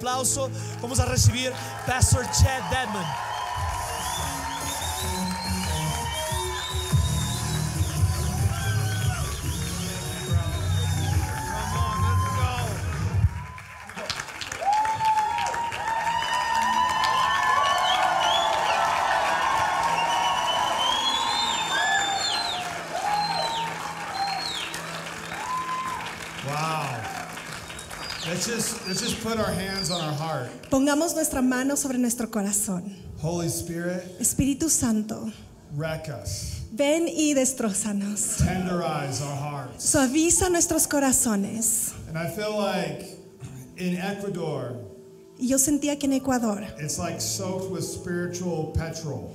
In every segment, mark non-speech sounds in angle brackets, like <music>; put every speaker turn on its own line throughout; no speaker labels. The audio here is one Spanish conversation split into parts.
aplauso. Vamos a recibir Pastor Chad Dedman.
Wow. Let's just let's just put our hands on our heart.
Pongamos nuestra mano sobre nuestro corazón.
Holy Spirit,
Espíritu Santo,
wreck us.
ven y destrózanos.
Tenderize our hearts.
Suaviza nuestros corazones.
And I feel like in Ecuador,
Y yo sentía que en Ecuador
it's like soaked with spiritual petrol.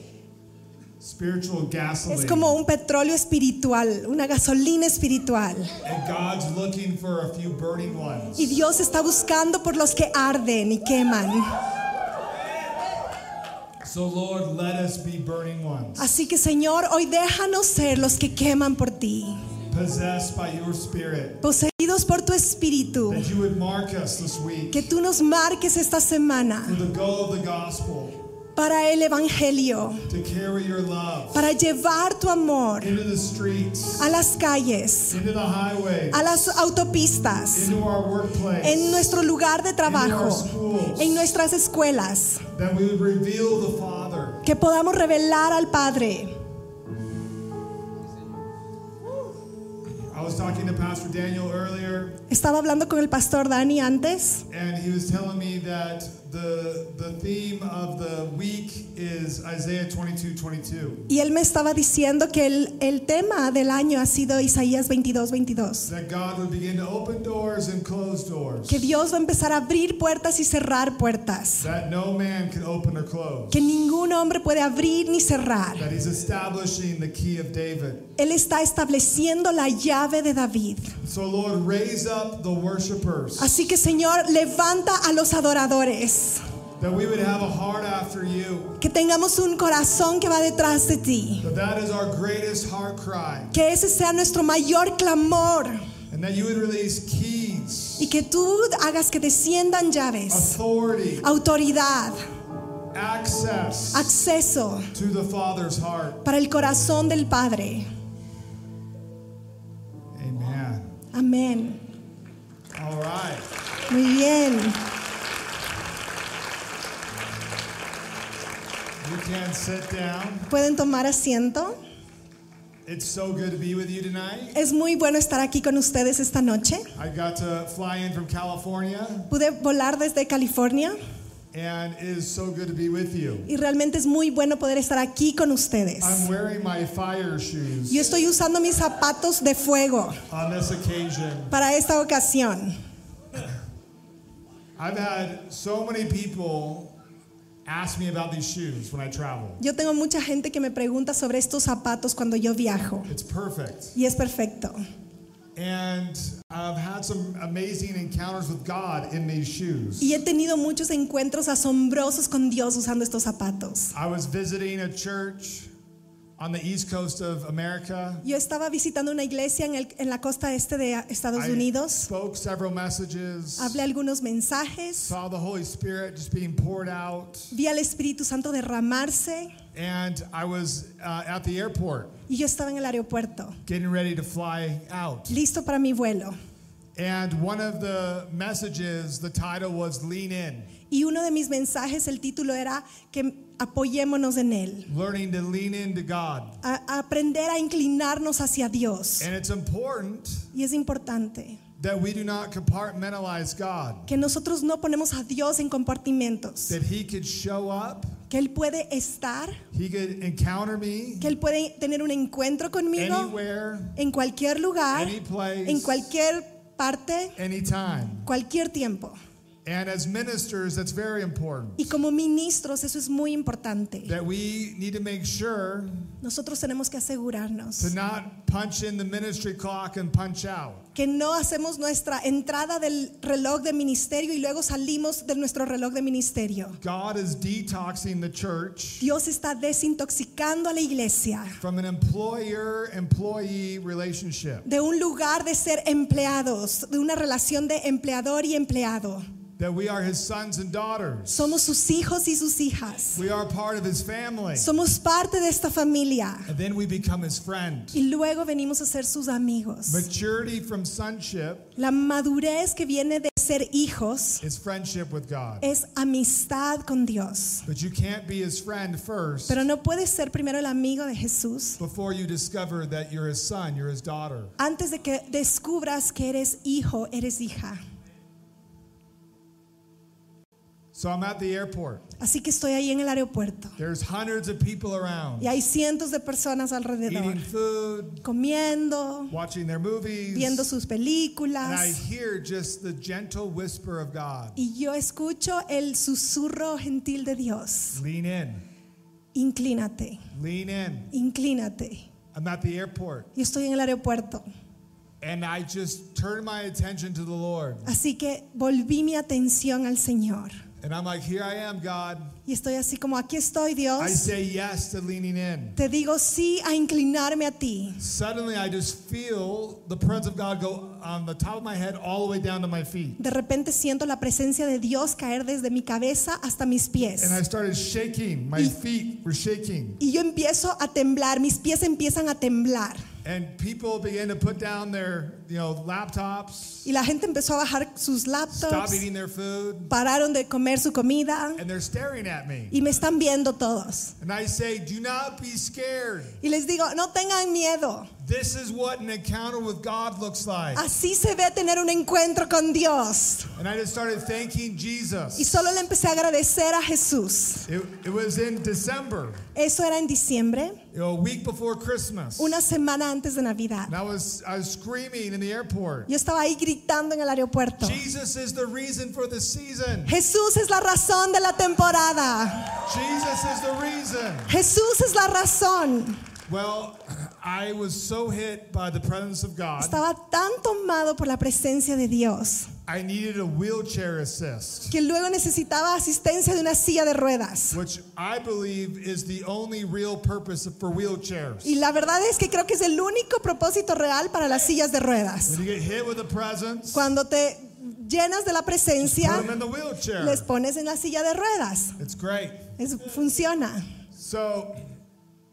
Spiritual gasoline.
es como un petróleo espiritual, una gasolina espiritual.
And God's looking for a few burning ones.
Y Dios está buscando por los que arden y queman.
So Lord, let us be burning ones.
Así que Señor, hoy déjanos ser los que queman por ti,
Possessed by your spirit.
poseídos por tu espíritu.
That you would mark us this week
Que tú nos marques esta
for
semana
the goal of the gospel.
para el Evangelio,
To carry your love
para llevar tu amor
into the streets.
a las calles,
into the highway,
a las autopistas,
into our workplace,
en nuestro lugar de trabajo, en nuestras escuelas,
that we would reveal the Father.
que podamos revelar al Padre.
I was talking to Pastor Daniel earlier,
Estaba hablando con el pastor Dani antes
and he was telling me that the the theme of the week is Isaiah 22, 22.
y él me estaba diciendo que el, el tema del año ha sido Isaías 22, 22.
That God would begin to open doors and close doors.
Que Dios va a empezar a abrir puertas y cerrar puertas.
That no man can open or close.
Que ningún hombre puede abrir ni cerrar.
That he's establishing the key of David.
Él está estableciendo la llave de David.
So Lord, raise up the worshipers.
Así que Señor, levanta a los adoradores.
That we would have a heart after you.
Que tengamos un corazón que va detrás de ti.
That that is our greatest heart cry.
Que ese sea nuestro mayor clamor.
And that you would release keys,
Y que tú hagas que desciendan llaves,
authority,
autoridad,
access
acceso
to the Father's heart.
para el corazón del Padre.
Amen.
Amén.
All right.
Muy bien.
You can sit down.
Pueden tomar asiento.
It's so good to be with you tonight.
Es muy bueno estar aquí con ustedes esta noche.
I got to fly in from California,
Pude volar desde California
and it is so good to be with you.
y realmente es muy bueno poder estar aquí con ustedes.
I'm wearing my fire
Yo
shoes
estoy usando mis zapatos de fuego
on this occasion.
para esta ocasión.
I've had so many people ask me about these shoes when I travel.
Yo tengo mucha gente que me pregunta sobre estos zapatos cuando yo viajo
It's perfect.
y es perfecto.
And I've had some amazing encounters with God in these shoes.
Y he tenido muchos encuentros asombrosos con Dios usando estos zapatos.
I was visiting a church on the east coast of America.
Yo estaba visitando una iglesia en, el- en la costa este de Estados
I
Unidos,
spoke several messages,
hablé algunos mensajes,
saw the Holy Spirit just being poured out,
vi al Espíritu Santo derramarse
and I was uh, at the airport
y yo estaba en el aeropuerto,
getting ready to fly out.
listo para mi vuelo.
And one of the messages, the title was Lean In,
Y uno de mis mensajes, el título era que apoyémonos en Él,
learning to lean into God.
a- a aprender a inclinarnos hacia Dios.
And it's important
Y es importante.
that we do not compartmentalize God.
que nosotros no ponemos a Dios en compartimentos,
that he could show up,
que Él puede estar,
he could encounter me
que Él puede tener un encuentro conmigo
anywhere,
en cualquier lugar,
any place,
en cualquier parte,
anytime.
cualquier tiempo.
And as ministers, that's very important.
Y como ministros eso es muy importante.
That we need to make sure
Nosotros tenemos que
to
asegurarnos
not punch in the ministry clock and punch out.
que no hacemos nuestra entrada del reloj de ministerio y luego salimos de nuestro reloj de ministerio.
God is detoxing the church
Dios está desintoxicando a la iglesia
from an employer employee relationship.
de un lugar de ser empleados, de una relación de empleador y empleado.
that we are his sons and daughters.
Somos sus hijos y sus hijas.
We are part of his family.
Somos parte de esta familia.
And then we become his friend.
Y luego venimos a ser sus amigos.
Maturity from sonship
La madurez que viene de ser hijos
is friendship with God.
es amistad con Dios.
But you can't be his friend first
Pero no puedes ser primero el amigo de Jesús
before you discover that you're his son, you're his daughter.
antes de que descubras que eres hijo, eres hija.
So I'm at the airport.
Así que estoy ahí en el aeropuerto
There's hundreds of people around
y hay cientos de personas alrededor
eating food,
comiendo,
watching their movies.
viendo sus
and I
películas
hear just the gentle whisper of God.
y yo escucho el susurro gentil de Dios.
Lean in.
Inclínate,
Lean in.
inclínate.
I'm at the airport
Yo estoy en el aeropuerto,
and I just turn my attention to the Lord.
así que volví mi atención al Señor.
And I'm like, here I am, God.
Y estoy así como, aquí estoy
I
Dios.
say yes to leaning in.
Te digo sí a inclinarme a ti.
Suddenly, I just feel the presence of God go on the top of my head all the way down to my feet.
De repente siento la presencia de Dios caer desde mi cabeza hasta mis pies.
And I started shaking. My feet were shaking.
Y yo empiezo a temblar, mis pies empiezan a temblar.
And people began to put down their, you know, laptops,
Y la gente empezó a bajar sus
stop
laptops,
eating their food,
pararon de comer su comida
and they're staring at me.
y me están viendo todos.
And I say, do not be scared.
Y les digo, no tengan miedo.
This is what an encounter with God looks like.
Así se ve tener un encuentro con Dios.
And I just started thanking
Y
Jesus.
solo le empecé a agradecer a Jesús.
It, it was in December,
Eso era en diciembre,
you know, a week before Christmas.
una semana antes de Navidad.
And I was I was screaming in the airport.
Yo estaba ahí gritando en el aeropuerto.
Jesus is the reason for the season.
Jesús es la razón de la temporada.
Jesus is the reason.
Jesús es la razón.
Well, I was so hit by the presence of God.
Estaba tan tomado por la presencia de Dios
I needed a wheelchair assist,
que luego necesitaba asistencia de una silla de ruedas.
which I believe is the only real purpose for wheelchairs.
Y la verdad es que creo que es el único propósito real para las sillas de ruedas.
When you get hit with the presence, put
Cuando te llenas de la presencia,
them in the wheelchair.
les pones en la silla de ruedas.
It's great.
Es- funciona.
So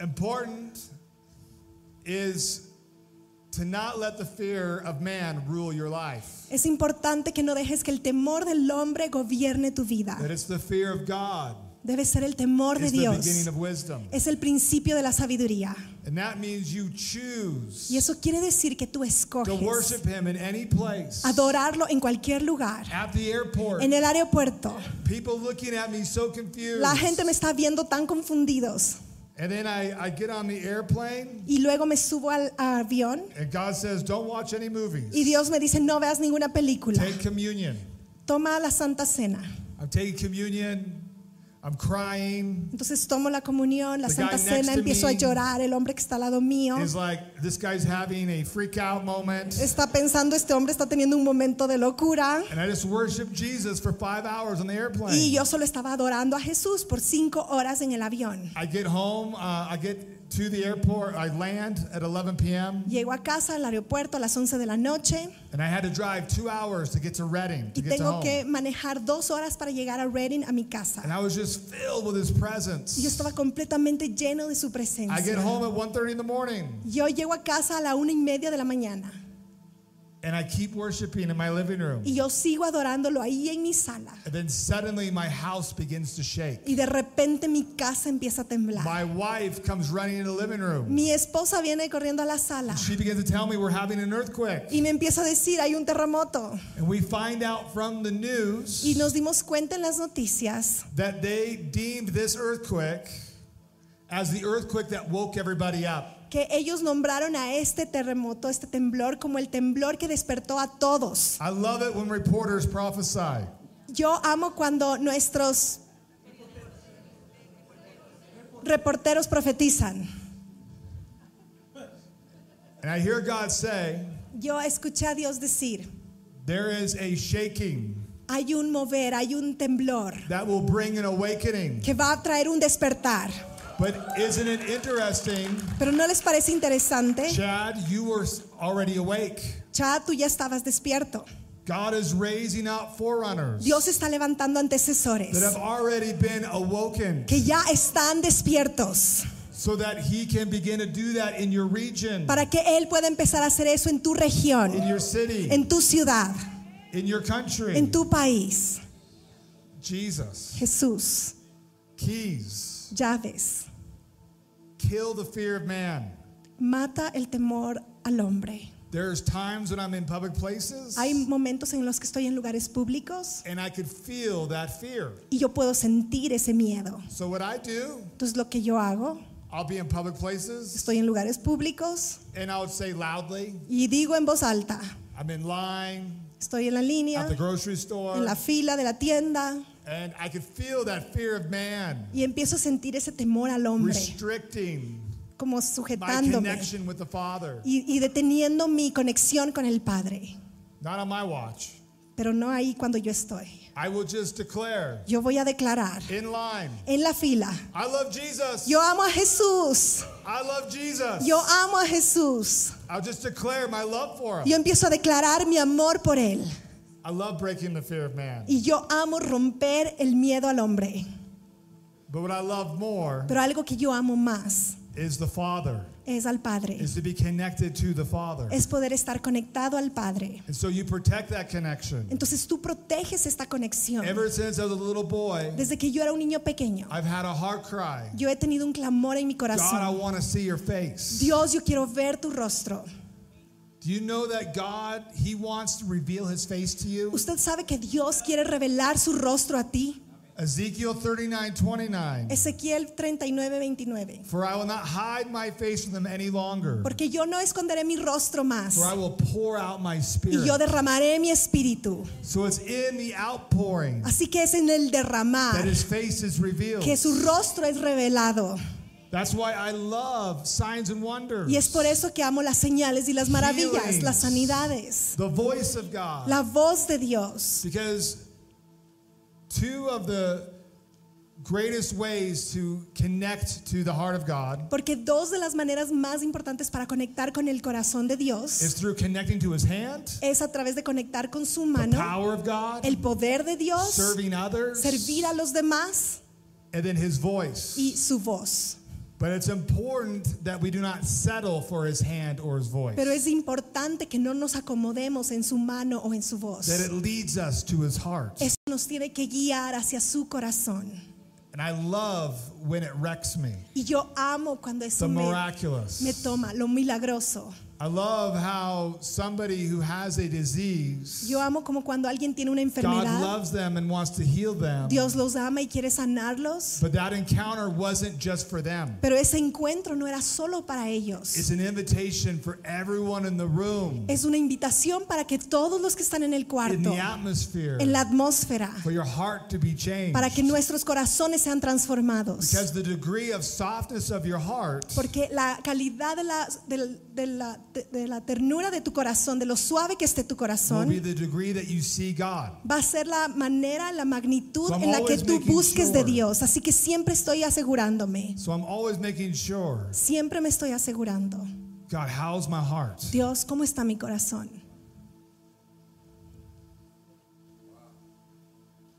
important is to not let the fear of man rule your life.
Es importante que no dejes que el temor del hombre gobierne tu vida.
That it's the fear of God
Debe ser el temor de
is the beginning
Dios.
of wisdom.
Es el principio de la sabiduría.
And that means you choose
Y eso quiere decir que tú
to
escoges
worship him in any place.
adorarlo en cualquier lugar.
At the airport,
En el aeropuerto,
people looking at me so confused.
la gente me está viendo tan confundidos.
And then I, I get on the airplane
Y luego me subo al avión
and God says, Don't watch any movies.
y Dios me dice, no veas ninguna película.
Take communion.
Toma la Santa Cena.
I'm taking communion. I'm crying.
Entonces tomo la comunión, la
The
Santa
guy next
Cena,
to
empiezo a
me
llorar, el hombre que está al lado mío
It's like this guy's having a freak out moment.
está pensando, este hombre está teniendo un momento de locura.
And I just worship Jesus for five hours on the airplane.
Y yo solo estaba adorando a Jesús por cinco horas en el avión.
I get home. Uh, I get to the airport. I land at 11 p.m.
Llego a casa, al aeropuerto, a las 11 de la noche
and I had to drive two hours to get to Reading to
y
get to
tengo
home.
que manejar dos horas para llegar a Reading, a mi
and
casa.
I was just filled with His
Y Yo
presence.
estaba completamente lleno de su
I get
presencia.
home at 1:30 in the morning,
Yo llego a casa a la una y media de la mañana
and I keep worshiping in my living room.
y yo sigo adorándolo ahí en mi sala.
and then suddenly, my house begins to shake.
Y de repente mi casa empieza a temblar.
My wife comes running in the living room.
Mi esposa viene corriendo a la sala
She begins to tell me we're having an earthquake,
y me empieza a decir, hay un terremoto.
and we find out from the news
Y nos dimos cuenta en las noticias
that they deemed this earthquake as the earthquake that woke everybody up.
que ellos nombraron a este terremoto, este temblor, como el temblor que despertó a todos.
I love it when reporters prophesy.
Yo amo cuando nuestros reporteros profetizan.
And I hear God say,
Yo escuché a Dios decir,
there is a shaking
hay un mover, hay un temblor
that will bring an awakening.
que va a traer un despertar.
But isn't it interesting,
Pero ¿no les parece interesante?
Chad, you were already awake.
Chad, tú ya estabas despierto.
God is raising up forerunners
Dios está levantando
that have
antecesores
already been awoken
que ya están despiertos
so that He can begin to do that in your region,
para que Él pueda empezar a hacer eso en tu región,
in your city,
en tu ciudad,
in your country.
en tu país.
Jesus,
Jesús,
keys,
llaves,
kill the fear of man.
mata el temor al hombre.
There's times when I'm in public places
Hay momentos en los que estoy en lugares públicos
and I could feel that fear.
y yo puedo sentir ese miedo.
So what I do,
Entonces lo que yo hago,
I'll be in public places
estoy en lugares públicos
and I would say loudly,
y digo en voz alta,
I'm in line
estoy en la
at the
línea,
grocery store
en la fila de la tienda
and I could feel that fear of man
y empiezo a sentir ese temor al hombre,
restricting
como
my
sujetándome
connection with the Father.
y, y deteniendo mi conexión con el Padre.
Not on my watch.
Pero no ahí cuando yo estoy.
I will just declare
Yo voy a declarar
in line,
en la fila,
I love Jesus.
yo amo a Jesús,
I love Jesus.
yo amo a Jesús.
I'll just declare my love for
Yo
him.
empiezo a declarar mi amor por Él.
I love breaking the fear of man.
Y yo amo romper el miedo al hombre.
But what I love more
Pero algo que yo amo más
is the Father,
es al Padre.
is to be connected to the Father.
Es poder estar conectado al Padre.
And so you protect that connection.
Entonces tú proteges esta conexión.
Ever since I was a little boy,
Desde que yo era un niño pequeño,
I've had a heart cry.
yo he tenido un clamor en mi
God, I
corazón.
want to see your face.
Dios, yo quiero ver tu rostro.
Do you know that God, He wants to reveal His face to you?
Usted sabe que Dios quiere revelar su rostro a ti.
Ezekiel 39 29.
Ezequiel 39, 29.
For I will not hide my face from them any longer,
Porque yo no esconderé mi rostro más.
for I will pour out my
Y yo
spirit.
derramaré mi espíritu.
So it's in the outpouring
Así que es en el
that
derramar
His face is revealed.
que su rostro es revelado.
That's why I love signs and wonders.
Y es por eso que amo las señales y las maravillas,
Healings.
las sanidades,
The voice of God.
la voz de Dios.
Because two of the greatest ways to connect to the heart of God
Porque dos de las maneras más importantes para conectar con el corazón de
is
Dios
through connecting to His hand,
es a través de conectar con su
the
mano,
power of God,
el poder de Dios,
serving others,
servir a los demás
and then His voice.
y su voz.
But it's important that we do not settle for His hand or His voice.
Pero es importante que no nos acomodemos en su mano o en su voz.
that it leads us to His heart.
Eso nos tiene que guiar hacia su corazón.
And I love when it wrecks me,
Y yo amo cuando eso
the
me,
miraculous.
me toma, lo milagroso.
I love how somebody who has a disease,
Yo amo como cuando alguien tiene una
God
enfermedad,
loves them and wants to heal them.
Dios los ama y quiere sanarlos,
But that encounter wasn't just for them.
pero ese encuentro no era solo para
It's
ellos.
an invitation for everyone in the room,
Es una invitación para que todos los que están en el
in
cuarto,
the atmosphere,
en la atmósfera,
for your heart to be changed.
para que nuestros corazones sean transformados.
Because the degree of softness of your heart
Porque la calidad de la, de- de la- de la ternura de tu corazón, de lo suave que esté tu
will be
corazón,
the degree that you see God.
va a ser la manera, la magnitud
So I'm
en la que
always
tú
making
busques de
sure.
Dios. Así que siempre estoy asegurándome,
So I'm always making sure,
siempre me estoy asegurando.
God, how's my heart?
Dios, ¿cómo está mi corazón?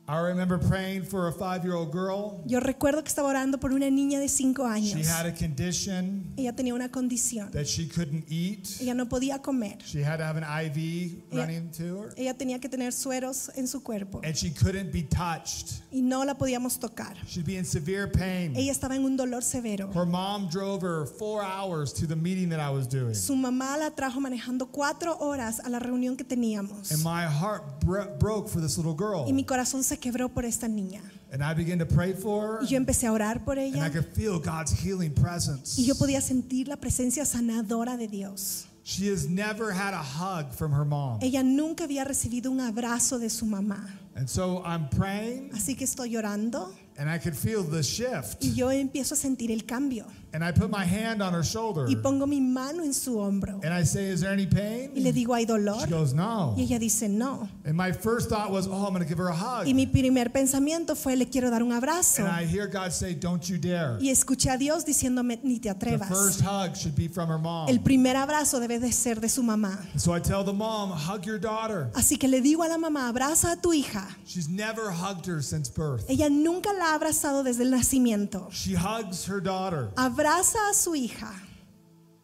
I remember praying for a five year old girl.
Yo recuerdo que estaba orando por una niña de 5
She
años.
had a condition
Ella tenía una condición.
that she couldn't eat.
Ella no podía comer.
She had to have an IV
Yeah.
running to her,
Ella tenía que tener sueros en su cuerpo
and she couldn't be touched.
y no la podíamos tocar.
She'd be in severe pain.
Ella estaba en un dolor severo.
Her mom drove her four hours to the meeting that I was doing.
Su mamá la trajo manejando cuatro horas a la reunión que teníamos.
And my heart bro- broke for this little girl.
Y mi corazón se quebró por esta niña.
And I began to pray for her.
Y yo empecé a orar por
And I
ella.
could feel God's healing presence.
Y yo podía sentir la presencia sanadora de Dios.
She has never had a hug from her mom.
Ella nunca había recibido un abrazo de su mamá.
And so I'm praying
Así que estoy orando
And I could feel the shift.
y yo empiezo a sentir el cambio
And I put my hand on her shoulder.
y pongo mi mano en su hombro
And I say, Is there any
y le
pain?
digo, ¿hay
She
dolor?
goes, No.
Y ella dice, no.
And my first thought was, Oh, I'm going to give her a hug.
Y mi primer pensamiento fue, le quiero dar un abrazo.
And I hear God say, Don't you dare.
Y escuché a Dios diciéndome, ni te
The
atrevas.
first hug should be from her mom.
El primer abrazo debe de ser de su mamá.
And so I tell the mom, Hug your daughter.
Así que le digo a la mamá, abraza a tu hija.
She's never hugged her since birth.
Ella nunca la ha abrazado desde el nacimiento.
She hugs her daughter
Abraza a su hija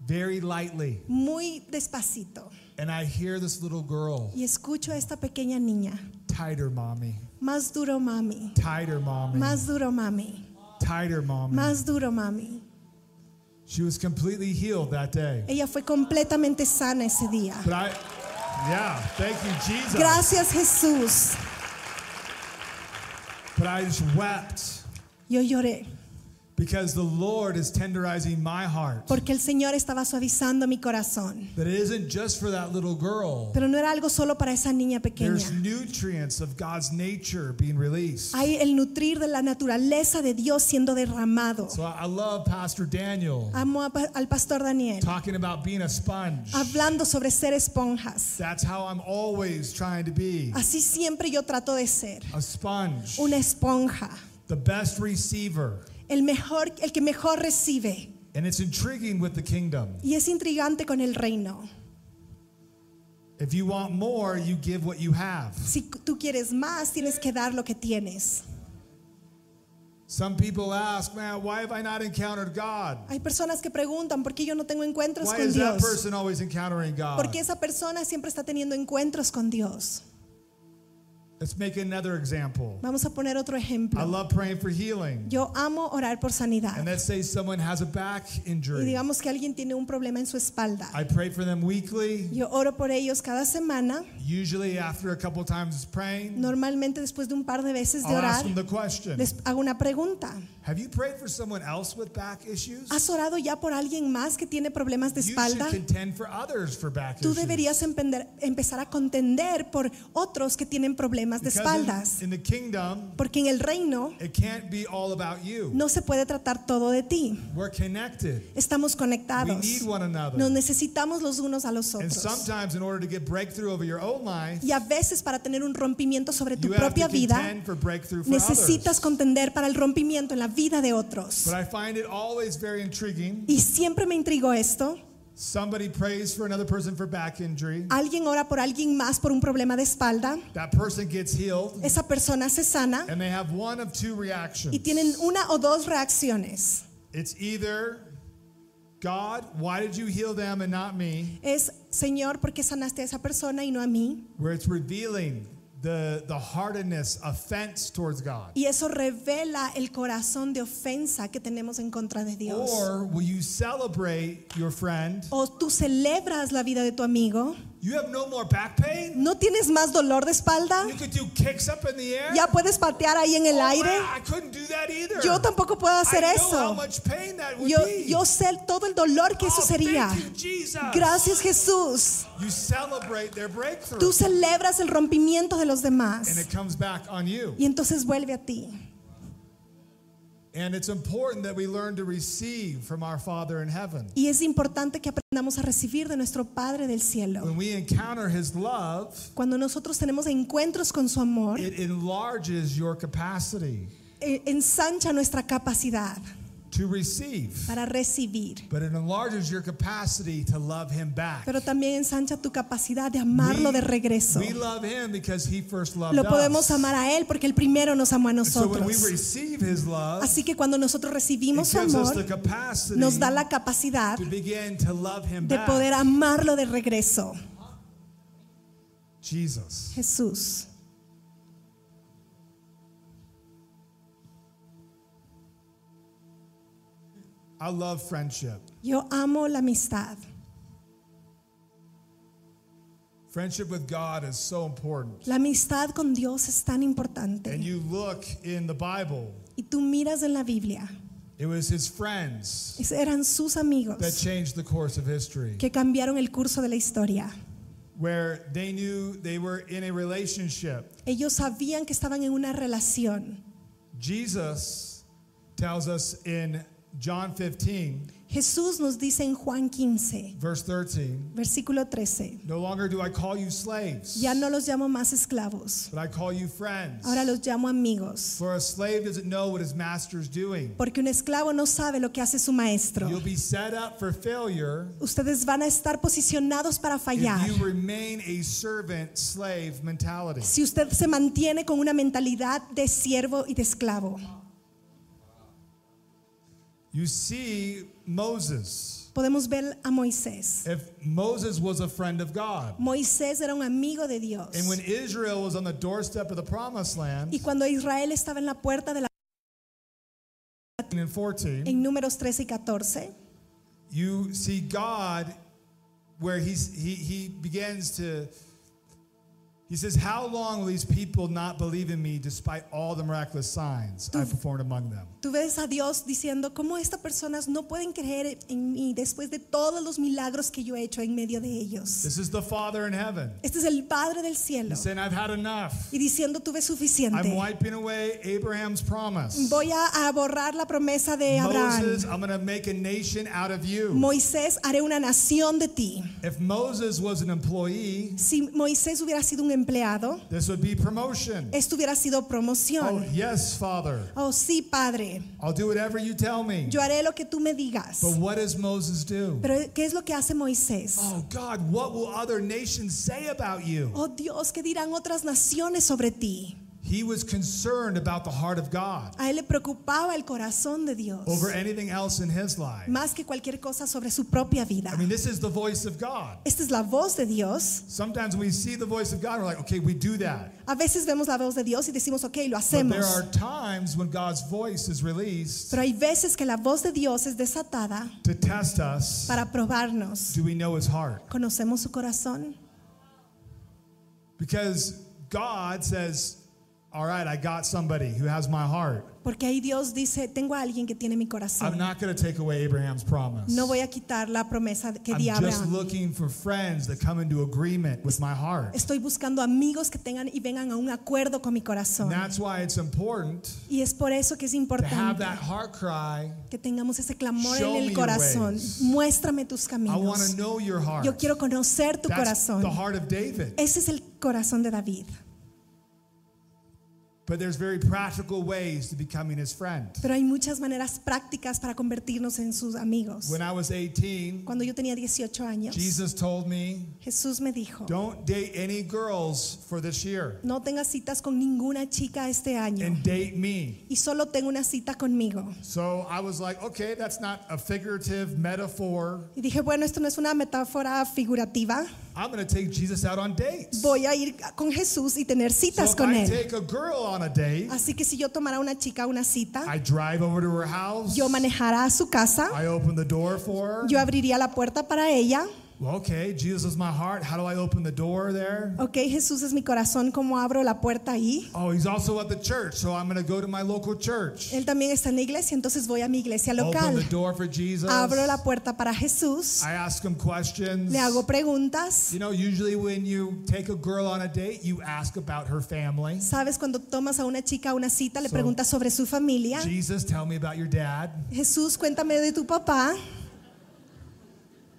very lightly.
muy despacito.
And I hear this little girl,
Y escucho a esta pequeña niña.
Tighter, mommy.
Más duro, mami.
Tighter, mommy.
Más duro, mami.
Tighter, mommy.
Más duro, mami.
She was completely healed that day.
Ella fue completamente sana ese día.
But I, yeah, thank you, Jesus.
Gracias, Jesús.
But I just wept
Yo lloré
because the Lord is tenderizing my heart.
porque el Señor estaba suavizando mi corazón.
That it isn't just for that little girl.
Pero no era algo solo para esa niña
There's
pequeña.
nutrients of God's nature being released.
Hay el nutrir de la naturaleza de Dios siendo derramado.
So I I love Pastor Daniel
Amo a pa- al pastor Daniel
talking about being a sponge.
hablando sobre ser esponjas.
That's how I'm always trying to be
Así siempre yo trato de ser
a sponge,
una esponja,
the best receiver.
el mejor, el que mejor recibe.
And it's intriguing with the kingdom.
Y es intrigante con el reino.
If you want more, you give what you have.
Si c- tú quieres más, tienes que dar lo que tienes.
Some people ask, man, why have I not encountered God?
Hay personas que preguntan por qué yo no tengo encuentros
Why
con
is that
Dios.
person always encountering God?
Porque esa persona siempre está teniendo encuentros con Dios.
Let's make another example.
Vamos a poner otro
I
ejemplo.
love praying for healing.
Yo amo orar por
And
sanidad.
let's say someone has a back
Y
injury.
digamos que alguien tiene un problema en su espalda.
I pray for them weekly,
Yo oro por ellos cada semana.
usually after a couple times praying.
Normalmente después de un par de veces de
I'll ask
orar,
them the question
les hago una pregunta.
Have you prayed for someone else with back issues?
¿Has orado ya por alguien más que tiene problemas de
You should
espalda?
contend for others for back
Tú
issues.
deberías empender- empezar a contender por otros que tienen problemas de
Because in-
espaldas.
in the kingdom,
Porque en el reino
it can't be all about you.
no se puede tratar todo de ti.
We're connected.
Estamos
We
conectados.
need one another.
Nos necesitamos los unos a los
And
otros.
sometimes, in order to get breakthrough over your own life,
Y a veces para tener un rompimiento sobre tu
you have to
propia vida,
contend for breakthrough for
necesitas
others.
contender para el rompimiento en la vida de
But
otros.
I find it always very intriguing.
Y siempre me intrigó esto.
Somebody prays for another person for back injury.
Alguien ora por alguien más por un problema de espalda.
That person gets healed,
Esa persona se sana
and they have one of two reactions.
y tienen una o dos reacciones.
It's either, God, why did you heal them and not me?
Es, Señor, ¿por qué sanaste a esa persona y no a mí?
Where it's revealing the, the hardness, offense towards God.
Y eso revela el corazón de ofensa que tenemos en contra de Dios.
Or will you celebrate your friend?
o tú celebras la vida de tu amigo.
You have no more back pain?
¿No tienes más dolor de espalda?
You could do kicks up in the air?
¿Ya puedes patear ahí en el
Oh,
aire?
wow, I couldn't do that either.
Yo tampoco puedo hacer
I know how
eso.
much pain that would
Yo,
be.
yo sé todo el dolor que
Oh,
eso sería.
Thank you, Jesus.
Gracias Jesús.
You celebrate their breakthrough.
Tú celebras el rompimiento de los
and
demás.
it comes back on you.
Y entonces vuelve a ti.
And it's important that we learn to receive from our Father in heaven.
Y es importante que aprendamos a recibir de nuestro Padre del cielo.
When we encounter His love,
Cuando nosotros tenemos encuentros con su amor,
it enlarges your capacity
eh, ensancha nuestra capacidad
to receive,
para recibir,
but it enlarges your capacity to love Him back.
pero también ensancha tu capacidad de amarlo de regreso.
we love Him because He first loved
Lo
us.
podemos amar a Él porque Él primero nos amó a
so when we
nosotros.
receive His love,
Así que cuando nosotros recibimos
it
su
gives us the
amor,
capacity
nos da la capacidad
to begin to love Him
de
back.
poder amarlo de regreso.
Jesus.
Jesús.
I love friendship.
Yo amo la amistad.
Friendship with God is so important.
La amistad con Dios es tan
And
importante.
you look in the Bible,
Y tú miras en la Biblia,
it was his friends
es- eran sus
that
amigos
changed the course of history,
que cambiaron el curso de la historia.
where they knew they were in a relationship
Ellos sabían que estaban en una relación
Jesus tells us in John 15,
Jesús nos dice en Juan 15,
verse 13,
versículo 13,
no longer do I call you slaves,
ya no los llamo más esclavos,
but I call you friends.
ahora los llamo amigos,
For a slave doesn't know what his master is doing.
porque un esclavo no sabe lo que hace su maestro.
You'll be set up for failure
Ustedes van a estar posicionados para fallar.
if you remain a servant slave mentality.
Si usted se mantiene con una mentalidad de siervo y de esclavo.
You see Moses.
Podemos ver a Moisés.
If Moses was a friend of God,
Moisés era un amigo de Dios.
and when Israel was on the doorstep of the promised land
Y cuando Israel estaba en la puerta de la
in 14,
en números 13 y 14,
you see God where he's, he, he begins to, he says, How long will these people not believe in me despite all the miraculous signs I performed among them?
tú ves a Dios diciendo, ¿cómo estas personas no pueden creer en mí después de todos los milagros que yo he hecho en medio de ellos?
This is the Father in heaven.
Este es el Padre del cielo.
He's saying, I've had enough.
Y diciendo, tuve suficiente.
I'm wiping away Abraham's promise.
Voy a, a borrar la promesa de Abraham.
Moses, I'm going to make a nation out of you.
Moisés, haré una nación de ti.
If Moses was an employee,
Si Moisés hubiera sido un empleado,
this would be promotion.
esto hubiera sido
Oh,
promoción.
yes, Father.
Oh, sí, Padre,
I'll do whatever you tell me.
yo haré lo que tú me digas.
But what does Moses do?
Pero ¿qué es lo que hace Moisés?
Oh God, what will other nations say about you?
Oh Dios, ¿qué dirán otras naciones sobre ti?
He was concerned about the heart of God
A él le preocupaba el corazón de Dios
over anything else in his life.
más que cualquier cosa sobre su propia vida.
I mean, this is the voice of God.
Esta es la voz de Dios.
Sometimes we see the voice of God, we're like, okay, we do that.
A veces vemos la voz de Dios y decimos, ok, lo
But there
hacemos.
are times when God's voice is released
Pero hay veces que la voz de Dios es desatada
to test us.
para probarnos.
Do we know his heart?
¿Conocemos su corazón?
Because God says, all right, I got somebody who has my heart.
Porque ahí Dios dice, tengo a alguien que tiene mi
I'm
corazón.
not going to take away Abraham's promise.
No voy a quitar la promesa que
I'm
di a
just
Abraham.
looking for friends that come into agreement with my heart.
Estoy buscando amigos que tengan y vengan a un acuerdo con mi
And
corazón.
that's why it's important
Y es por eso que es
to have
importante
that heart cry.
que tengamos ese clamor
Show
en
me
el
your
corazón.
ways.
Muéstrame tus
I want to
caminos.
know your heart.
Yo quiero conocer tu
That's the
corazón.
heart of David.
Ese es el corazón de David.
But there's very practical ways to becoming his friend.
Pero hay muchas maneras prácticas para convertirnos en sus amigos.
When I was 18,
Cuando yo tenía 18 años,
Jesus told me,
Jesús me dijo,
don't date any girls for this year
no tengas citas con ninguna chica este año
and date me.
y solo tengo una cita conmigo.
So I was like, okay, that's not a figurative metaphor.
Y dije, bueno, esto no es una metáfora figurativa.
I'm going to take Jesus out on dates.
Voy a ir con Jesús y tener
so
citas
if
con
I
él.
take a girl on a date,
Así que si yo tomara una chica una cita,
I drive over to her house.
yo manejara a su casa,
I open the door for her.
yo abriría la puerta para ella.
Well, okay, Jesus is my heart. How do I open the door there?
Ok, Jesús es mi corazón, ¿cómo abro la puerta ahí?
Oh, he's also at the church, so I'm going to go to my local church.
Él también está en la iglesia, entonces voy a mi iglesia
Open the
local.
door for Jesus.
Abro la puerta para Jesús,
I ask him questions.
le hago preguntas.
You know, usually when you take a girl on a date, you ask about her family.
Sabes, cuando tomas a una chica a una cita, le
So-
preguntas sobre su familia.
Jesus, tell me about your dad.
Jesús, cuéntame de tu papá.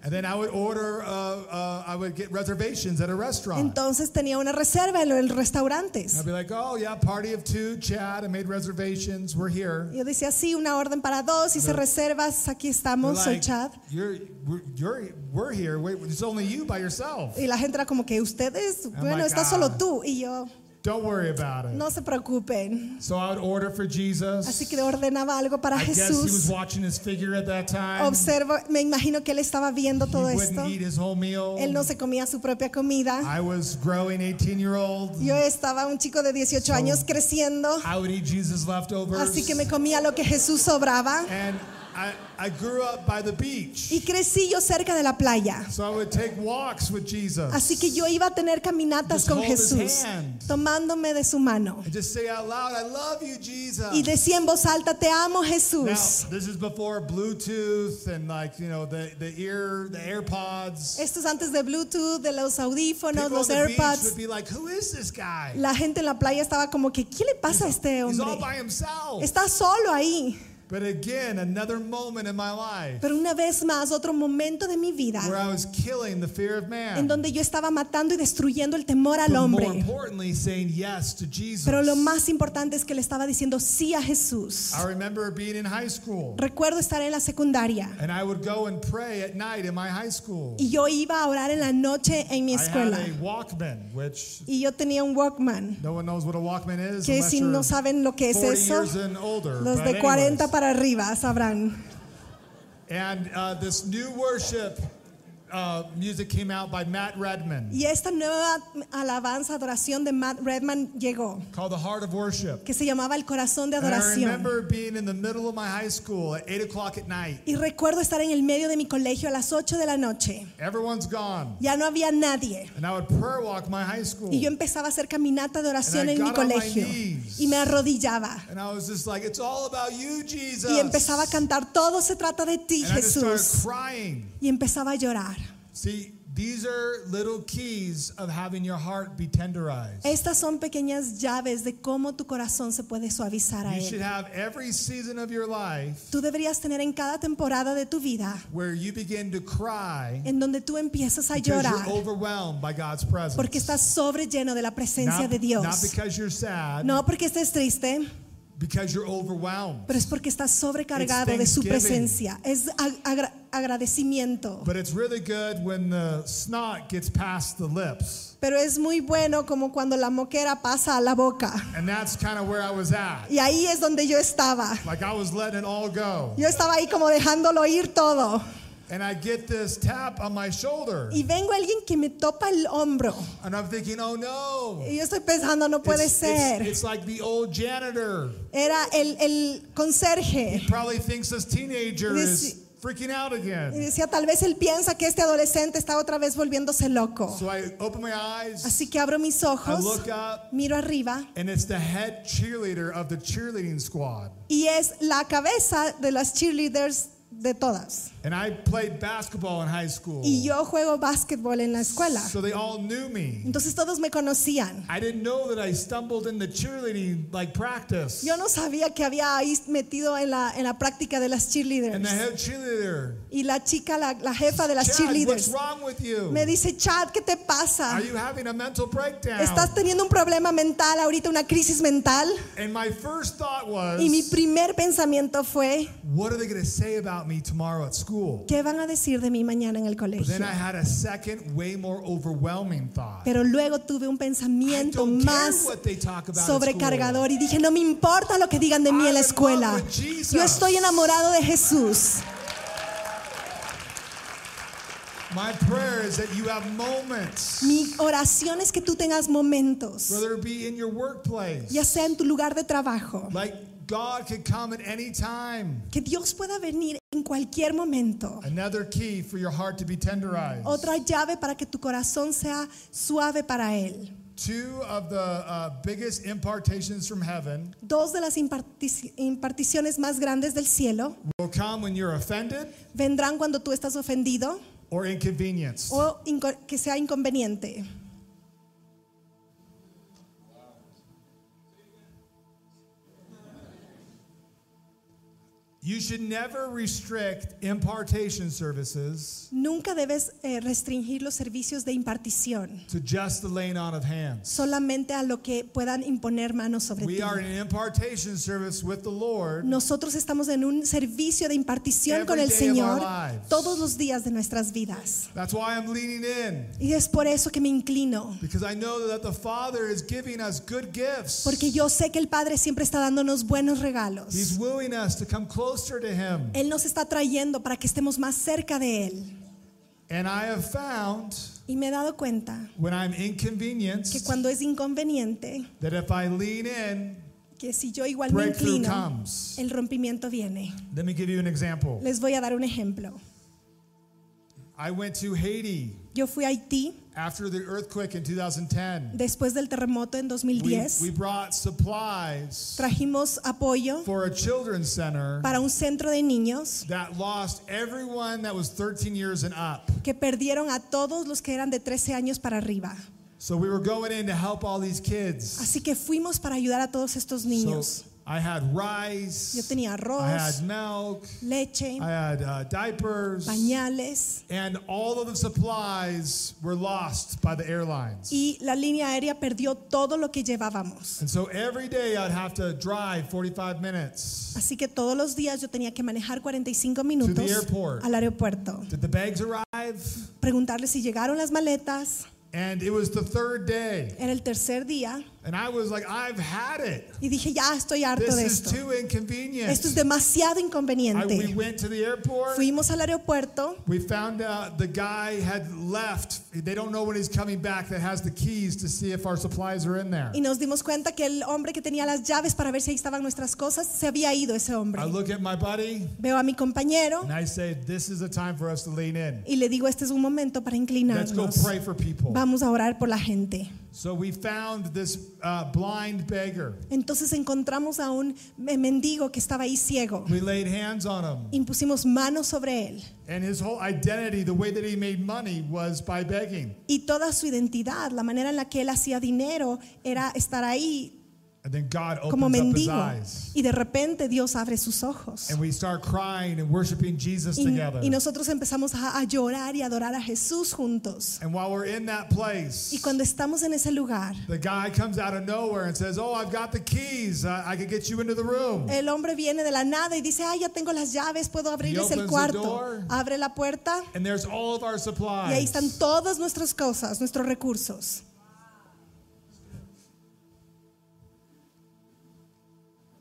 And then I would order, uh, uh, I would get reservations at a restaurant.
Entonces tenía una reserva en los restaurantes.
I'd be like, oh, yeah, party of two, Chad, I made reservations, we're here.
Yo decía, sí, una orden para dos, hice reservas, aquí estamos, soy
Like,
Chad.
You're, we're, you're, we're here, Wait, it's only you by yourself.
Y la gente era como que ustedes, bueno,
Oh my God.
estás solo tú y yo,
Don't worry about it.
no se preocupen.
So I would order for Jesus.
Así que ordenaba algo para
I guess he was
Jesús.
watching his figure at that time.
Observo, me imagino que él estaba viendo
he
todo
wouldn't
esto.
eat his whole meal.
Él no se comía su propia comida.
I was growing 18 year old.
Yo estaba un chico de 18 años creciendo,
I would eat Jesus' leftovers.
así que me comía lo que Jesús sobraba.
And I, I grew up by the beach,
Y crecí yo cerca de la playa.
so I would take walks with Jesus
Así que yo iba a tener caminatas
Just
con
hold his
Jesús,
hand.
tomándome de su mano.
and just say out loud, I love you,
Y
Jesus.
decía en voz alta, te amo
Now,
Jesús.
this is before Bluetooth and like, you know, the, the ear, the AirPods.
Esto es antes de Bluetooth, de los audífonos,
People
los
on the beach
AirPods.
would be like, who is this guy?
La gente en la playa estaba como que, ¿qué le pasa a este
He's
hombre?
all by himself.
Está solo ahí.
But again, another moment in my life
Pero una vez más, otro momento de mi
where
vida
I was killing the fear of
en
man.
donde yo estaba matando y destruyendo el temor al
But more
hombre.
importantly, saying yes to Jesus.
Pero lo más importante es que le estaba diciendo sí a Jesús.
I remember being in high school,
Recuerdo estar en la secundaria
and I would go and pray at night in my high school.
y yo iba a orar en la noche en mi
I had
escuela
a Walkman, which
y yo tenía un Walkman,
no one knows what a Walkman is
que
unless
si
you're
no saben lo que es
40
eso,
years and older.
los
but
de 40
anyways.
para arriba sabrán.
And uh, this new worship uh, music came out by Matt Redman
Y esta nueva alabanza, adoración de Matt Redman llegó,
called The Heart of Worship.
que se llamaba El Corazón de
And I
Adoración.
remember being in the middle of my high school at 8 o'clock at night.
Y recuerdo estar en el medio de mi colegio a las 8 de la noche.
Everyone's gone.
Ya no había nadie.
And I would prayer walk my high school.
Y yo empezaba a hacer caminata de
And
oración
I
en mi
got on my
colegio.
knees.
Y me arrodillaba.
And I was just like, it's all about you, Jesus.
Y empezaba a cantar, todo se trata de ti,
And I just started
Jesús.
crying.
Y empezaba a llorar.
See, these are little keys of having your heart be tenderized.
Estas son pequeñas llaves de cómo tu corazón se puede suavizar a
You should
él.
have every season of your life
Tú deberías tener en cada temporada de tu vida
where you begin to cry
en donde tú empiezas a
because
llorar
you're overwhelmed by God's presence.
porque estás sobre lleno de la presencia
not,
de
not
Dios.
because you're sad,
No porque estés triste,
because you're overwhelmed.
pero es porque estás sobrecargado de su
Thanksgiving.
presencia. Es ag- agra- agradecimiento.
But it's really good when the snot gets past the lips.
Pero es muy bueno como cuando la moquera pasa a la boca.
And that's kind of where I was at.
Y ahí es donde yo estaba.
Like I was letting it all go.
Yo estaba ahí como dejándolo ir todo.
And I get this tap on my shoulder.
Y vengo alguien que me topa el hombro.
And I'm thinking, oh no.
Y yo estoy pensando, no puede
It's- it's-
ser.
it's like the old janitor.
Era el, el conserje.
Probably thinks this teenager
This-
is freaking out
Y
again.
decía, tal vez él piensa que este adolescente está otra vez volviéndose loco.
So I open my eyes,
Así que abro mis
I
ojos,
look up,
miro arriba
and it's the head cheerleader of the cheerleading squad.
y es la cabeza de las cheerleaders de todas.
And I played basketball in high school.
Y yo juego básquetbol en la escuela.
Oh. So they all knew me.
Entonces todos me conocían.
I didn't know that I stumbled in the cheerleading like practice.
Yo no sabía que había ahí metido en la, en la práctica de las
And the
cheerleaders.
head cheerleader.
Y la chica, la, la jefa de las
Chad, what's
cheerleaders,
wrong with you?
me dice, Chad, ¿qué te pasa?
Are you having a mental breakdown?
¿Estás teniendo un problema mental ahorita, una crisis mental?
And my first thought was,
Y mi primer pensamiento fue,
what are they going to say about me tomorrow at school?
¿qué van a decir de mí mañana en el
But
colegio?
then I had a second, way more overwhelming thought.
Pero luego tuve un
I
pensamiento
don't care
más
what they talk about at school.
sobrecargador y dije, no me importa lo que digan de mí en la
I'm in
escuela.
love with Jesus.
Yo estoy enamorado de Jesús.
My prayer is that you have moments,
Mi oración es que tú tengas momentos,
whether it be in your workplace,
ya sea en tu lugar de trabajo,
like God could come at any time.
que Dios pueda venir en cualquier momento.
Another key for your heart to be tenderized.
Otra llave para que tu corazón sea suave para Él.
Two of the uh, biggest impartations from heaven
Dos de las imparti- imparticiones más grandes del cielo
will come when you're offended
vendrán cuando tú estás ofendido
or inconvenienced.
o inco- que sea inconveniente.
You should never restrict impartation services
Nunca debes eh, restringir los servicios de impartición
to just the laying on of hands.
solamente a lo que puedan imponer manos sobre ti.
We are in an impartation service with the Lord,
Nosotros estamos en un servicio de impartición
Every
con el
day of our
Señor
lives.
todos los días de nuestras vidas.
That's why I'm leaning in.
Y es por eso que me inclino,
Because I know that the Father is giving us good gifts.
porque yo sé que el Padre siempre está dándonos buenos
He's
regalos.
wooing us to come closer to Him.
Él nos está trayendo para que estemos más cerca de Él.
And I have found
Y me he dado cuenta
when I'm
que
inconvenienced
cuando es inconveniente,
that if I lean in,
que si yo igual me
Breakthrough
inclino, eh,
comes.
el rompimiento viene.
Let me give you an example.
Les voy a dar un ejemplo.
I went to Haiti
Yo fui a Haití
after the earthquake in 2010.
después del terremoto en
We,
2010.
we brought supplies
Trajimos apoyo
for a children's center
para un centro de niños
that lost everyone that was 13 years and up.
que perdieron a todos los que eran de 13 años para arriba.
So we were going in to help all these kids.
Así que fuimos para ayudar a todos estos
So
niños.
I had rice.
Yo tenía
I had
arroz,
milk.
leche,
I had uh, diapers.
pañales
And all of the supplies were lost by the airlines.
y la línea aérea perdió todo lo que llevábamos.
And so every day I'd have to drive 45 minutes.
Así que todos los días yo tenía que manejar 45
To
minutos
the airport.
al aeropuerto,
Did the bags arrive?
preguntarle si llegaron las maletas.
And it was the third day.
Era el tercer día
And I was like, I've had it.
y dije, ya estoy harto
This
de
is
esto.
too inconvenient.
Esto es demasiado
I- we
inconveniente.
went to the airport.
Fuimos al aeropuerto
We found out the guy had left. They don't know when he's coming back that has the keys to see if our supplies are in there.
y nos dimos cuenta que el hombre que tenía las llaves para ver si ahí estaban nuestras cosas se había ido ese hombre.
I look at my buddy
Veo a mi compañero
and I say, This is a time for us to lean in.
y le digo, este es un momento para
Let's go
inclinarnos.
pray for people.
Vamos a orar por la gente.
So we found this uh, blind beggar.
Entonces encontramos a un mendigo que estaba ahí ciego.
We laid hands on him.
Y pusimos manos sobre él.
And his whole identity, the way that he made money, was by begging.
Y toda su identidad, la manera en la que él hacía dinero, era estar ahí
And then God opens
como
up his
mendigo.
eyes.
Y de repente Dios abre sus ojos.
And we start crying and worshiping Jesus
Y,
together.
y nosotros empezamos a, a llorar y adorar a Jesús juntos.
and while we're in that place,
Y cuando estamos en ese lugar,
The guy comes out of nowhere and says, Oh, I've got the keys. I, I could get you into the room.
el hombre viene de la nada y dice, ah, ya tengo las llaves, puedo abrirles
opens
el
the
cuarto.
door.
Abre la puerta
And there's all of our
y ahí están
supplies.
todas nuestras cosas, nuestros recursos.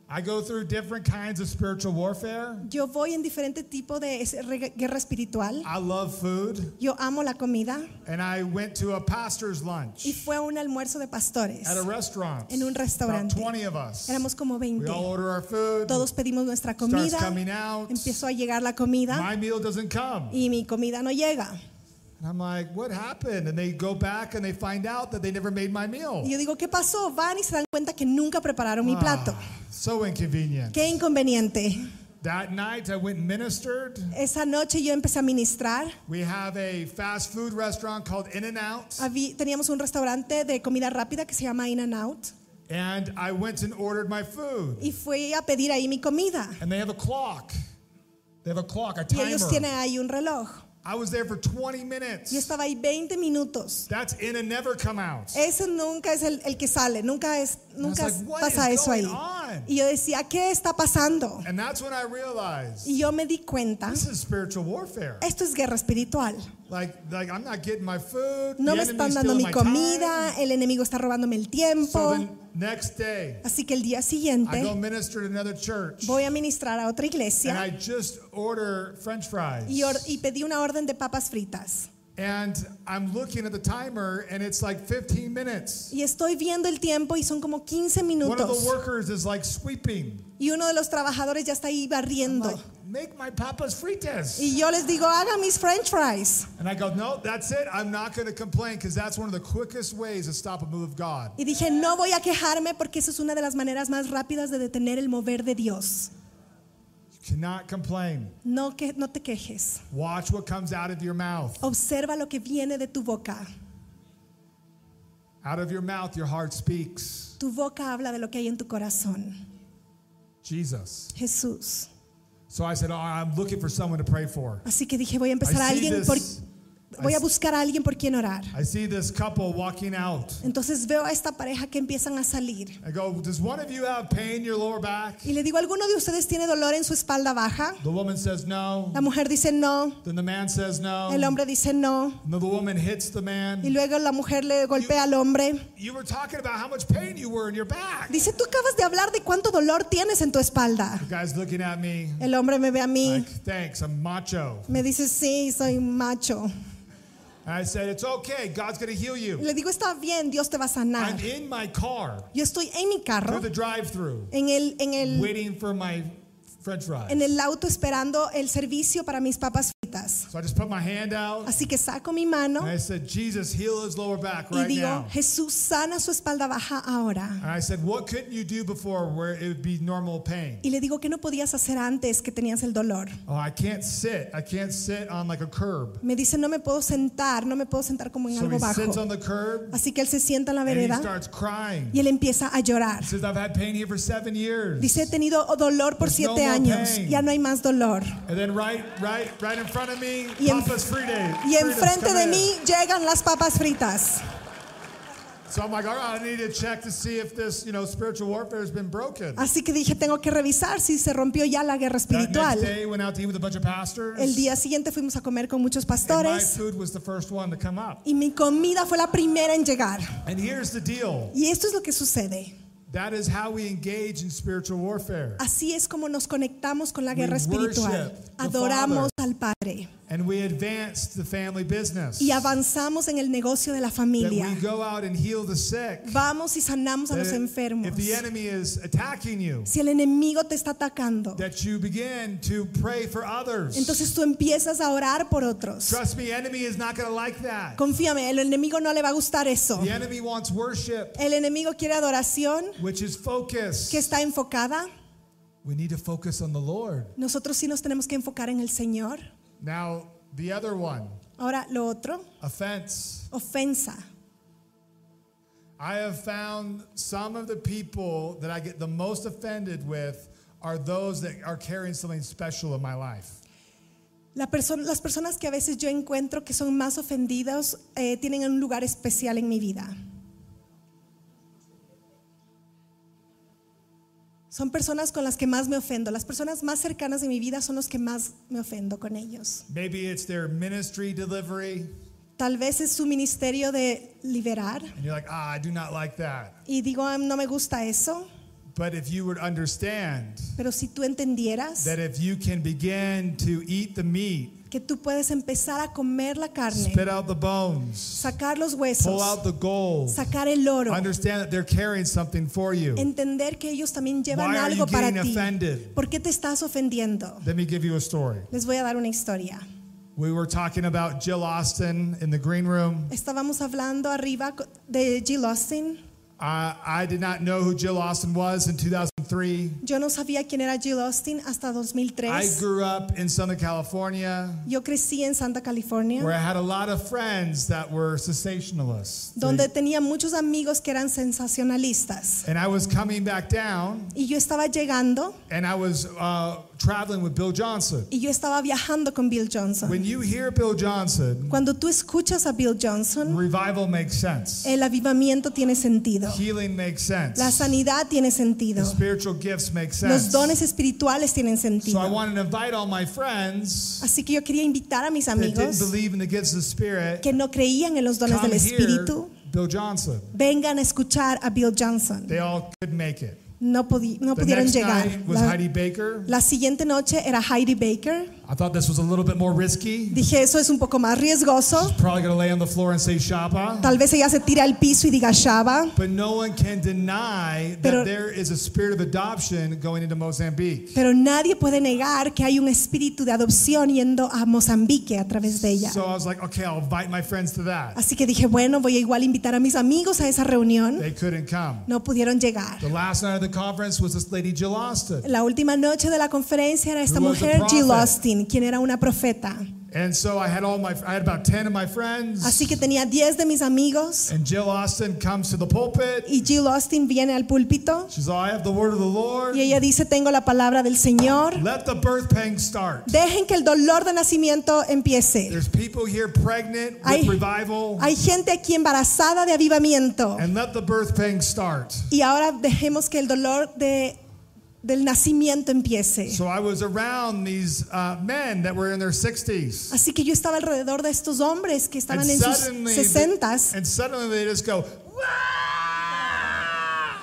I go through different kinds of spiritual warfare.
Yo voy en diferente tipo de es- re- guerra espiritual.
I love food.
Yo amo la comida.
And I went to a pastor's lunch
Y fue a un almuerzo de pastores.
at a restaurant.
En un
About
restaurante.
20 of us.
Éramos como
We
20.
all order our food.
Todos pedimos nuestra
Starts
comida.
coming out.
Empezó a llegar la comida
My meal doesn't come.
y mi comida no llega.
And I'm like, What happened? And they go back and they find out that they never made my meal.
Y yo digo, ¿qué pasó? Van y se dan cuenta que nunca prepararon mi plato.
Ah, so inconvenient.
Qué inconveniente.
That night I went and ministered.
Esa noche yo empecé a ministrar.
We have a fast food restaurant called In and Out,
Habí- teníamos un restaurante de comida rápida que se llama In and Out.
and I went and ordered my food.
Y fui a pedir ahí mi comida.
And they have a clock. They have a clock, a
Y ellos tienen
timer.
ahí un reloj.
I was there for 20
Yo
minutes.
estaba ahí 20 minutos.
That's in and never come out.
Ese nunca es el, el que sale, nunca es, nunca
like, "What
pasa
is
eso ahí.
going on?
Y yo decía, ¿qué está pasando?
And that's when I realized
Y yo eh. me di cuenta,
this is spiritual warfare.
esto es guerra espiritual.
Like, like I'm not getting my food.
No
the
me
enemy's
están dando
stealing
mi
my time.
comida, eh, el enemigo está robándome el
So
tiempo.
the next day,
Así que el día
I go
siguiente
minister at another church,
voy a ministrar a otra
and I
iglesia
just order French fries.
y, or- y pedí una orden de papas fritas.
And I'm looking at the timer, and it's like 15 minutes.
Y estoy viendo el tiempo y son como 15
One of the
minutos.
workers is like sweeping.
Y uno de los trabajadores ya está ahí
Like,
barriendo.
make my papas fritas.
Y yo les digo, haga mis french fries.
And I go, no, that's it. I'm not going to complain because that's one of the quickest ways to stop a move of God.
Y dije, no voy a quejarme porque eso es una de las maneras más rápidas de detener el mover de Dios.
You cannot complain.
No, que, no te quejes.
Watch what comes out of your mouth.
Observa lo que viene de tu boca.
Out of your mouth, your heart speaks.
Tu boca habla de lo que hay en tu corazón.
Jesus.
Jesús.
So I said, oh, I'm looking for someone to pray for.
Así que dije, voy a
I
empezar a
see
alguien
this-
por
I
voy a
s-
buscar a alguien por quien orar.
I see this couple walking out.
Entonces veo a esta pareja que empiezan a salir
I go, does one of you have pain in your lower back?
y le digo, ¿alguno de ustedes tiene dolor en su espalda baja?
The woman says no.
La mujer dice no,
Then the man says no.
el hombre dice no
And the woman hits the
y
man.
luego la mujer le golpea al hombre.
You were talking about how much pain you were in your back. The
Dice, tú acabas de hablar de cuánto dolor tienes en tu espalda.
guy's looking at me
El hombre me ve a mí,
like, thanks, I'm macho.
me dice, sí, soy macho.
And I said, It's okay. God's going to heal you.
Le digo, está bien, Dios te va a
I'm
sanar.
in my car
Yo estoy en mi
through
carro,
the drive through
en el, en el,
waiting for my french fries.
en el auto esperando el servicio para mis papas fritas.
So I just put my hand out
Así que saco mi mano
and I said, Jesus, heal his lower back
y
right
digo,
now.
Jesús, sana su espalda baja ahora.
And I said, What couldn't you do before where it would be normal pain?
Y le digo, ¿qué no podías hacer antes que tenías el dolor?
Oh, I can't sit. I can't sit on like a curb.
Me dice, no me puedo sentar, no me puedo sentar como en
So
algo
he sits on
bajo.
the curb
Así que él se sienta en la
and he
vereda
starts crying.
y él empieza a llorar.
He says, I've had pain here for seven years.
Dice, he tenido dolor por
There's no
siete
more
años,
pain.
ya no hay más dolor.
And then right, right, right in front of me,
Y en-
Papa's free day.
Y enfrente de
come
mí llegan las papas fritas.
in. So I'm like, all right, I need to check to see if this, you know, spiritual warfare has been broken.
Así que dije, tengo que revisar si se rompió ya la guerra
That next
espiritual.
day, went out to eat with a bunch of pastors.
El día siguiente fuimos a comer con muchos
and my
pastores
food was the first one to come up.
y mi comida fue la primera en llegar.
And here's the deal.
Y esto es lo que sucede.
That is how we engage in spiritual warfare.
Así es como nos conectamos con la
We
guerra
worship
espiritual.
the
Adoramos
Father.
al Padre
And we advance the family business.
y avanzamos en el negocio de la
that we
familia.
go out and heal the sick.
Vamos y sanamos a
That
los enfermos.
if the enemy is attacking you,
Si el enemigo te está atacando,
that you begin to pray for others.
entonces tú empiezas a orar por otros.
Trust me, enemy is not going to like that.
Confíame, el enemigo no le va a gustar eso.
The enemy wants worship,
El enemigo quiere adoración
which is focus.
que está enfocada.
We need to focus on the Lord.
Nosotros sí nos tenemos que enfocar en el Señor.
Now, the other one,
Ahora, lo otro,
offense.
ofensa.
I have found some of the people that I get the most offended with are those that are carrying something special in my life.
La perso- las personas que a veces yo encuentro que son más ofendidas eh, tienen un lugar especial en mi vida. Son personas con las que más me ofendo. Las personas más cercanas de mi vida son los que más me ofendo con ellos.
Maybe it's their ministry delivery,
Tal vez es su ministerio de liberar
and you're like, ah, I do not like that.
y digo, "Ah, no me gusta eso,
But if you would understand
pero si tú entendieras
that if you can begin to eat the meat,
que tú puedes empezar a comer la carne,
spit out the bones,
sacar los
pull
huesos,
out the gold,
sacar el oro,
understand that they're carrying something for you.
entender que ellos también llevan
Why are you
algo para
getting
ti.
offended?
¿Por qué te estás ofendiendo?
Let me give you a story.
Les voy a dar una historia.
We were talking about Jill Austin in the green room.
Estábamos hablando arriba co- de Jill Austin.
I, I did not know who Jill Austin was in 2003.
Yo no sabía quién era Jill Austin hasta
I
2003.
grew up in Southern California
Yo crecí en Santa California,
where I had a lot of friends that were sensationalists.
donde tenía muchos amigos que eran sensacionalistas.
And I was coming back down
Y yo estaba llegando
and I was uh, traveling with Bill Johnson.
y yo estaba viajando con Bill Johnson.
When you hear Bill Johnson,
Cuando tú escuchas a Bill Johnson,
revival makes sense.
el avivamiento tiene sentido.
Healing makes sense.
Eh. La sanidad tiene
The
sentido.
spiritual gifts make sense.
Los dones espirituales tienen
So I
sentido.
wanted to invite all my friends
Así que yo quería invitar a mis
that didn't
amigos
believe in the gifts of the Spirit
que no creían en los dones
come
del
here,
Espíritu,
Bill Johnson.
vengan a escuchar a Bill Johnson.
They all could make it.
No, pudi- no
The
pudieron
next
llegar.
night was
La,
Heidi Baker.
la siguiente noche era Heidi Baker.
I thought this was a little bit more risky.
Dije, eso es un poco más riesgoso.
Probably going to lay on the floor and say Shaba.
Tal vez ella se tira al piso y diga Shaba.
But no one can deny
Pero-
that there is a spirit of adoption going into Mozambique.
Pero nadie puede negar que hay un espíritu de adopción yendo a Mozambique a través de ella.
So I was like, okay, I'll invite my friends to that.
Así que dije, bueno, voy a igual invitar a mis amigos a esa reunión.
They couldn't come.
No pudieron llegar.
The last night of the conference was this lady Jill Austin.
La última noche de la conferencia era esta
Who was a
mujer, Jill
prophet.
Austin, quien era una profeta.
And so I had all my I had about 10 of my friends
Así que tenía 10 de mis amigos
and Jill Austin comes to the pulpit.
y Jill Austin viene al púlpito
She's all, I have the word of the Lord.
y ella dice, tengo la palabra del Señor.
Let the birth pangs start.
Dejen que el dolor de nacimiento empiece.
There's people here pregnant with
Hay-
revival
Hay gente aquí embarazada de avivamiento
and let the birth pangs start.
y ahora dejemos que el dolor de, del nacimiento empiece.
So I was around these uh, men that were in their 60s.
Así que yo estaba alrededor de estos hombres que estaban en sus sesentas
and suddenly they just go, "Wah!"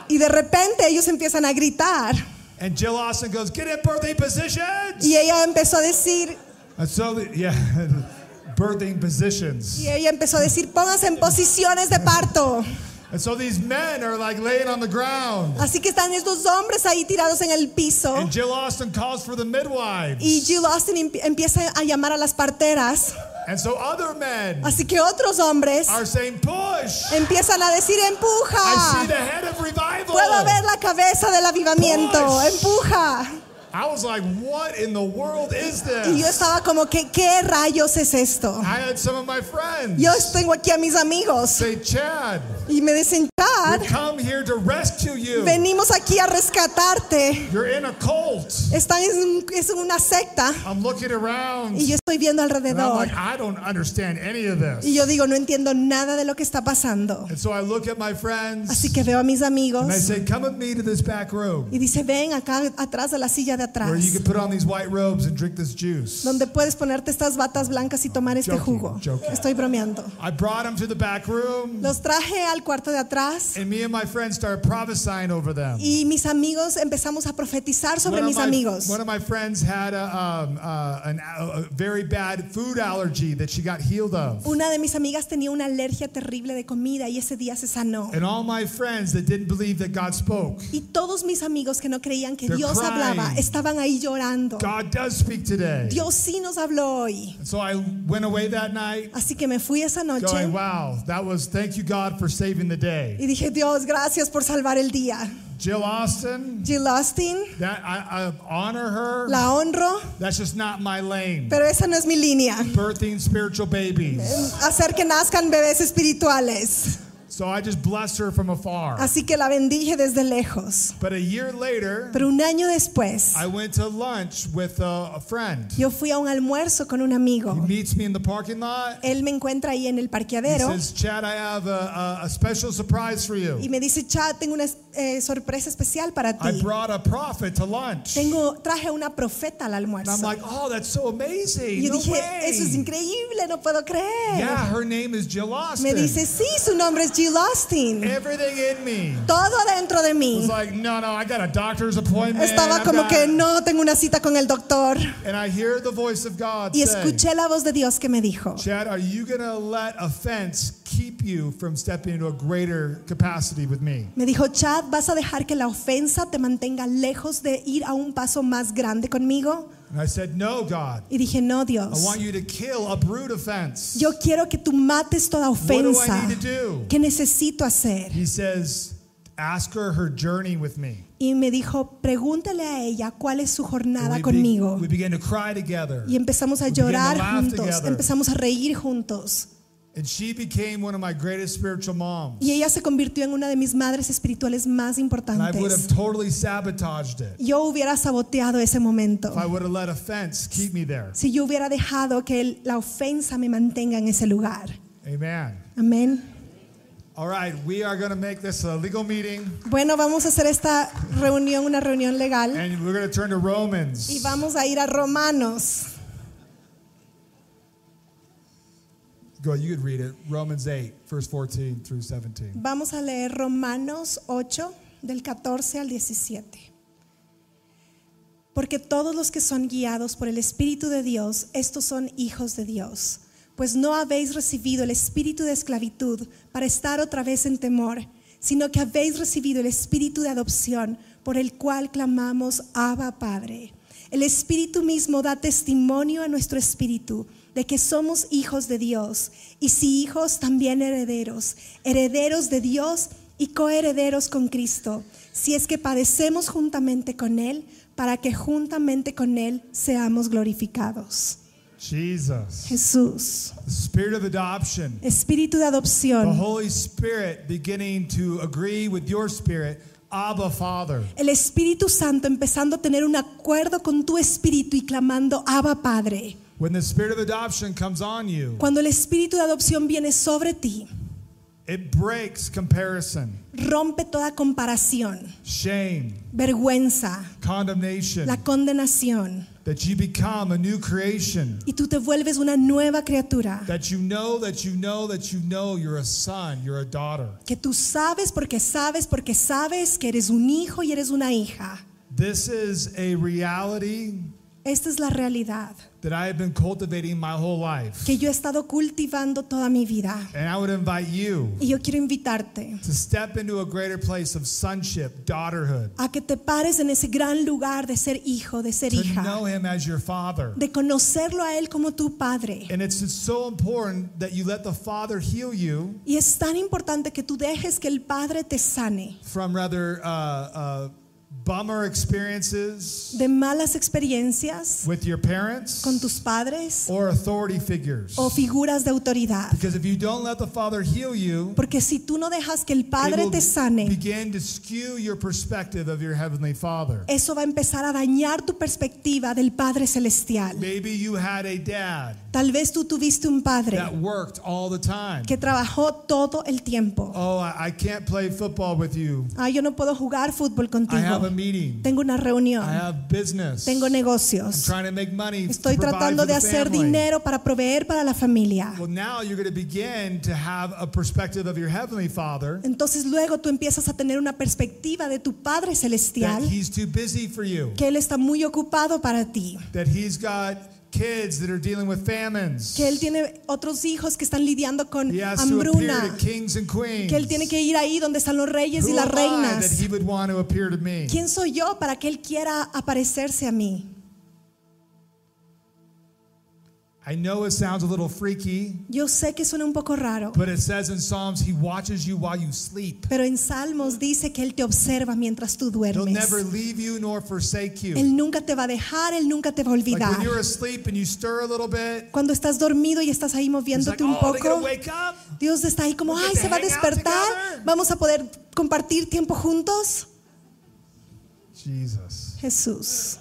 y de repente ellos empiezan a gritar
and Jill Austin goes, get in birthing positions.
y ella empezó a decir,
And so, the- yeah, <laughs> birthing positions.
Y ella empezó a decir, pónganse en posiciones de parto.
And so these men are like laying on the ground.
Así que están estos hombres ahí tirados en el piso.
And Jill Austin calls for the midwives.
Y Jill Austin em- empieza a llamar a las parteras.
And so other men
Así que otros hombres
are saying, push!
empiezan a decir,
I see the
empuja.
head of revival.
Puedo ver la cabeza del avivamiento.
Push.
Empuja.
I was like, what in the world is
Y yo
this?
estaba como que, ¿qué rayos es esto?
I had some of my friends
Yo tengo aquí a mis amigos
say, Chad,
y me dicen, Chad,
we come here to rescue you.
venimos aquí a rescatarte.
You're in a cult.
Están en, un- es en una secta
I'm looking around.
y yo estoy viendo
And I'm
alrededor.
like, I don't understand any of this.
Y yo digo, no entiendo nada de lo que está pasando.
And so I look at my friends
Así que veo a mis
and I
amigos
say, Come with me to this back room
y dice, ven acá atrás de la silla de atrás,
where you can put on these white robes and drink this juice.
donde puedes ponerte estas batas blancas y tomar este
Joking,
jugo.
joking.
Estoy bromeando.
I brought them to the back room
Los traje al cuarto de atrás
and me and my friends started prophesying over them.
y mis amigos empezamos a profetizar sobre
One of
mis
my-
amigos.
One of my friends had a, um, uh, an, a very bad food allergy that she got healed of.
Una de mis amigas tenía una alergia terrible de comida y ese día se sanó.
And all my friends that didn't believe that God spoke.
Y todos mis amigos que no creían que
They're
Dios
crying.
hablaba estaban ahí llorando.
God does speak today.
Dios sí nos habló hoy.
And so I went away that night
Así que me fui esa noche
going, wow, that was, thank you, God, for saving the day.
y dije, Dios, gracias por salvar el día.
Jill Austin,
Jill Austin,
that I, I honor her.
la honro,
That's just not my lane.
pero esa no es mi línea.
Birthing spiritual babies.
Hacer que nazcan bebés espirituales.
So I just blessed her from afar.
Así que la bendije desde lejos.
But a year later,
Pero un año después,
I went to lunch with a, a friend.
yo fui a un almuerzo con un
He
amigo.
meets me in the parking lot.
Él me encuentra ahí en el
He
parqueadero
says, Chad, I have a, a, a special surprise for
y
you.
me dice, Chad, tengo una eh, sorpresa especial para
I
ti.
brought a prophet to lunch. And
Tengo, traje una profeta al
I'm
almuerzo.
like, oh, that's so amazing.
Y yo
No
dije, eso es
way.
increíble, no puedo creer.
Yeah, her name is Jill
Me
Austin.
dice, sí, su nombre es Jill Austin.
Everything in me
Todo dentro de
was
mí.
like, no, no, I got a doctor's appointment.
Estaba
I've
como
got-"
que no tengo una cita con el doctor.
And I hear the voice of God
Y
say,
escuché la voz de Dios que me dijo,
Chad, are you going to let offense keep you from stepping into a greater capacity with me?
me dijo, Chad, ¿vas a dejar que la ofensa te mantenga lejos de ir a un paso más grande conmigo?
And I said, no, God.
Y dije, no,
I
Dios.
want you to kill, uproot offense.
Yo quiero que tú mates toda
What do
ofensa.
I need to do?
¿Qué necesito hacer?
He says, ask her her journey with me.
Y me dijo, pregúntale a ella cuál es su jornada
we, be-
conmigo.
we began to cry together.
Y empezamos a
We began to
llorar
laugh
juntos,
together.
empezamos a reír juntos.
And she became one of my greatest spiritual moms.
Y ella se convirtió en una de mis madres espirituales más
And I would have
importantes.
totally sabotaged it
Yo hubiera saboteado ese momento
if I would have let offense keep me there.
si yo hubiera dejado que el- la ofensa me mantenga en ese lugar.
Amen.
Amén.
All right, we are going to make this a legal meeting
Bueno, vamos a hacer esta reunión una reunión legal
and we're going to turn to
y
Romans.
vamos a ir a Romanos.
Go, you could read it. Romans 8, verse 14 through 17.
Vamos a leer Romanos 8, del 14 al 17. Porque todos los que son guiados por el Espíritu de Dios, estos son hijos de Dios. Pues no habéis recibido el espíritu de esclavitud para estar otra vez en temor, sino que habéis recibido el espíritu de adopción por el cual clamamos Abba Padre. El Espíritu mismo da testimonio a nuestro espíritu de que somos hijos de Dios y si hijos también herederos, herederos de Dios y coherederos con Cristo, si es que padecemos juntamente con Él, para que juntamente con Él seamos glorificados.
Jesus,
Jesús,
the spirit of adoption.
Espíritu de
The
adopción,
Holy Spirit beginning to agree with your spirit, Abba Father.
el Espíritu Santo empezando a tener un acuerdo con tu espíritu y clamando, Abba Padre.
When the spirit of adoption comes on you,
Cuando el Espíritu de adopción viene sobre ti,
it breaks comparison,
rompe toda comparación,
shame,
vergüenza,
condemnation,
la condenación,
that you become a new creation.
y tú te vuelves una nueva criatura.
That you know, that you know, that you know you're a son, you're a daughter.
que tú sabes porque sabes porque sabes que eres un hijo y eres una hija.
This is a reality
Esta es la realidad
that I have been cultivating my whole life.
que yo he estado cultivando toda mi vida.
And I would invite you
Y yo quiero invitarte
to step into a greater place of sonship, daughterhood,
a que te pares en ese gran lugar de ser hijo, de ser
to know
hija,
Him as your Father.
de conocerlo a Él como tu Padre.
And it's just so important that you let the Father heal you
Y es tan importante que tú dejes que el Padre te sane
from rather uh, uh, bummer experiences
de malas experiencias
with your parents
con tus padres
or authority figures.
o figuras de autoridad.
Because if you don't let the Father heal you,
Porque si tú no dejas que el
it
Padre
will
te sane,
begin to skew your perspective of your Heavenly Father.
eso va a empezar a dañar tu perspectiva del Padre Celestial.
Maybe you had a dad
Tal vez tú tuviste un padre
that worked all the time.
que trabajó todo el tiempo.
Oh, I I can't play football with you.
Ah, yo no puedo jugar fútbol
I have a
contigo.
meeting.
Tengo una reunión.
I have business.
Tengo
I'm
negocios.
trying to make money.
Estoy
provide
tratando
for
de
the
hacer
family.
dinero para proveer para la familia.
Well, now you're going to begin to have a perspective of your heavenly Father
Entonces luego tú empiezas a tener una perspectiva de tu Padre
that
Celestial,
He's too busy for you,
que Él está muy ocupado para ti,
that He's got kids that are dealing with famines.
que Él tiene otros hijos que están lidiando con
He has to appear
hambruna,
to kings and queens.
que Él tiene que ir ahí donde están los reyes
Who
y las
am I that
reinas.
He would want to appear to me?
¿Quién soy yo para que Él quiera aparecerse a mí?
I know it sounds a little freaky,
Yo sé que suena un poco raro,
but it says in Psalms, He watches you while you sleep.
pero en Salmos dice que Él te observa mientras tú
He'll never
duermes.
leave you nor forsake you.
Él nunca te va a dejar, Él nunca te va a
Like
olvidar.
when you're asleep and you stir a little bit,
Cuando estás dormido y estás ahí
it's like,
moviéndote un
oh, they're
poco,
gonna wake up.
Dios está ahí como,
We'll get
ay,
to
se va a
hang out
despertar,
together."
vamos a poder compartir tiempo juntos.
Jesus.
Jesús.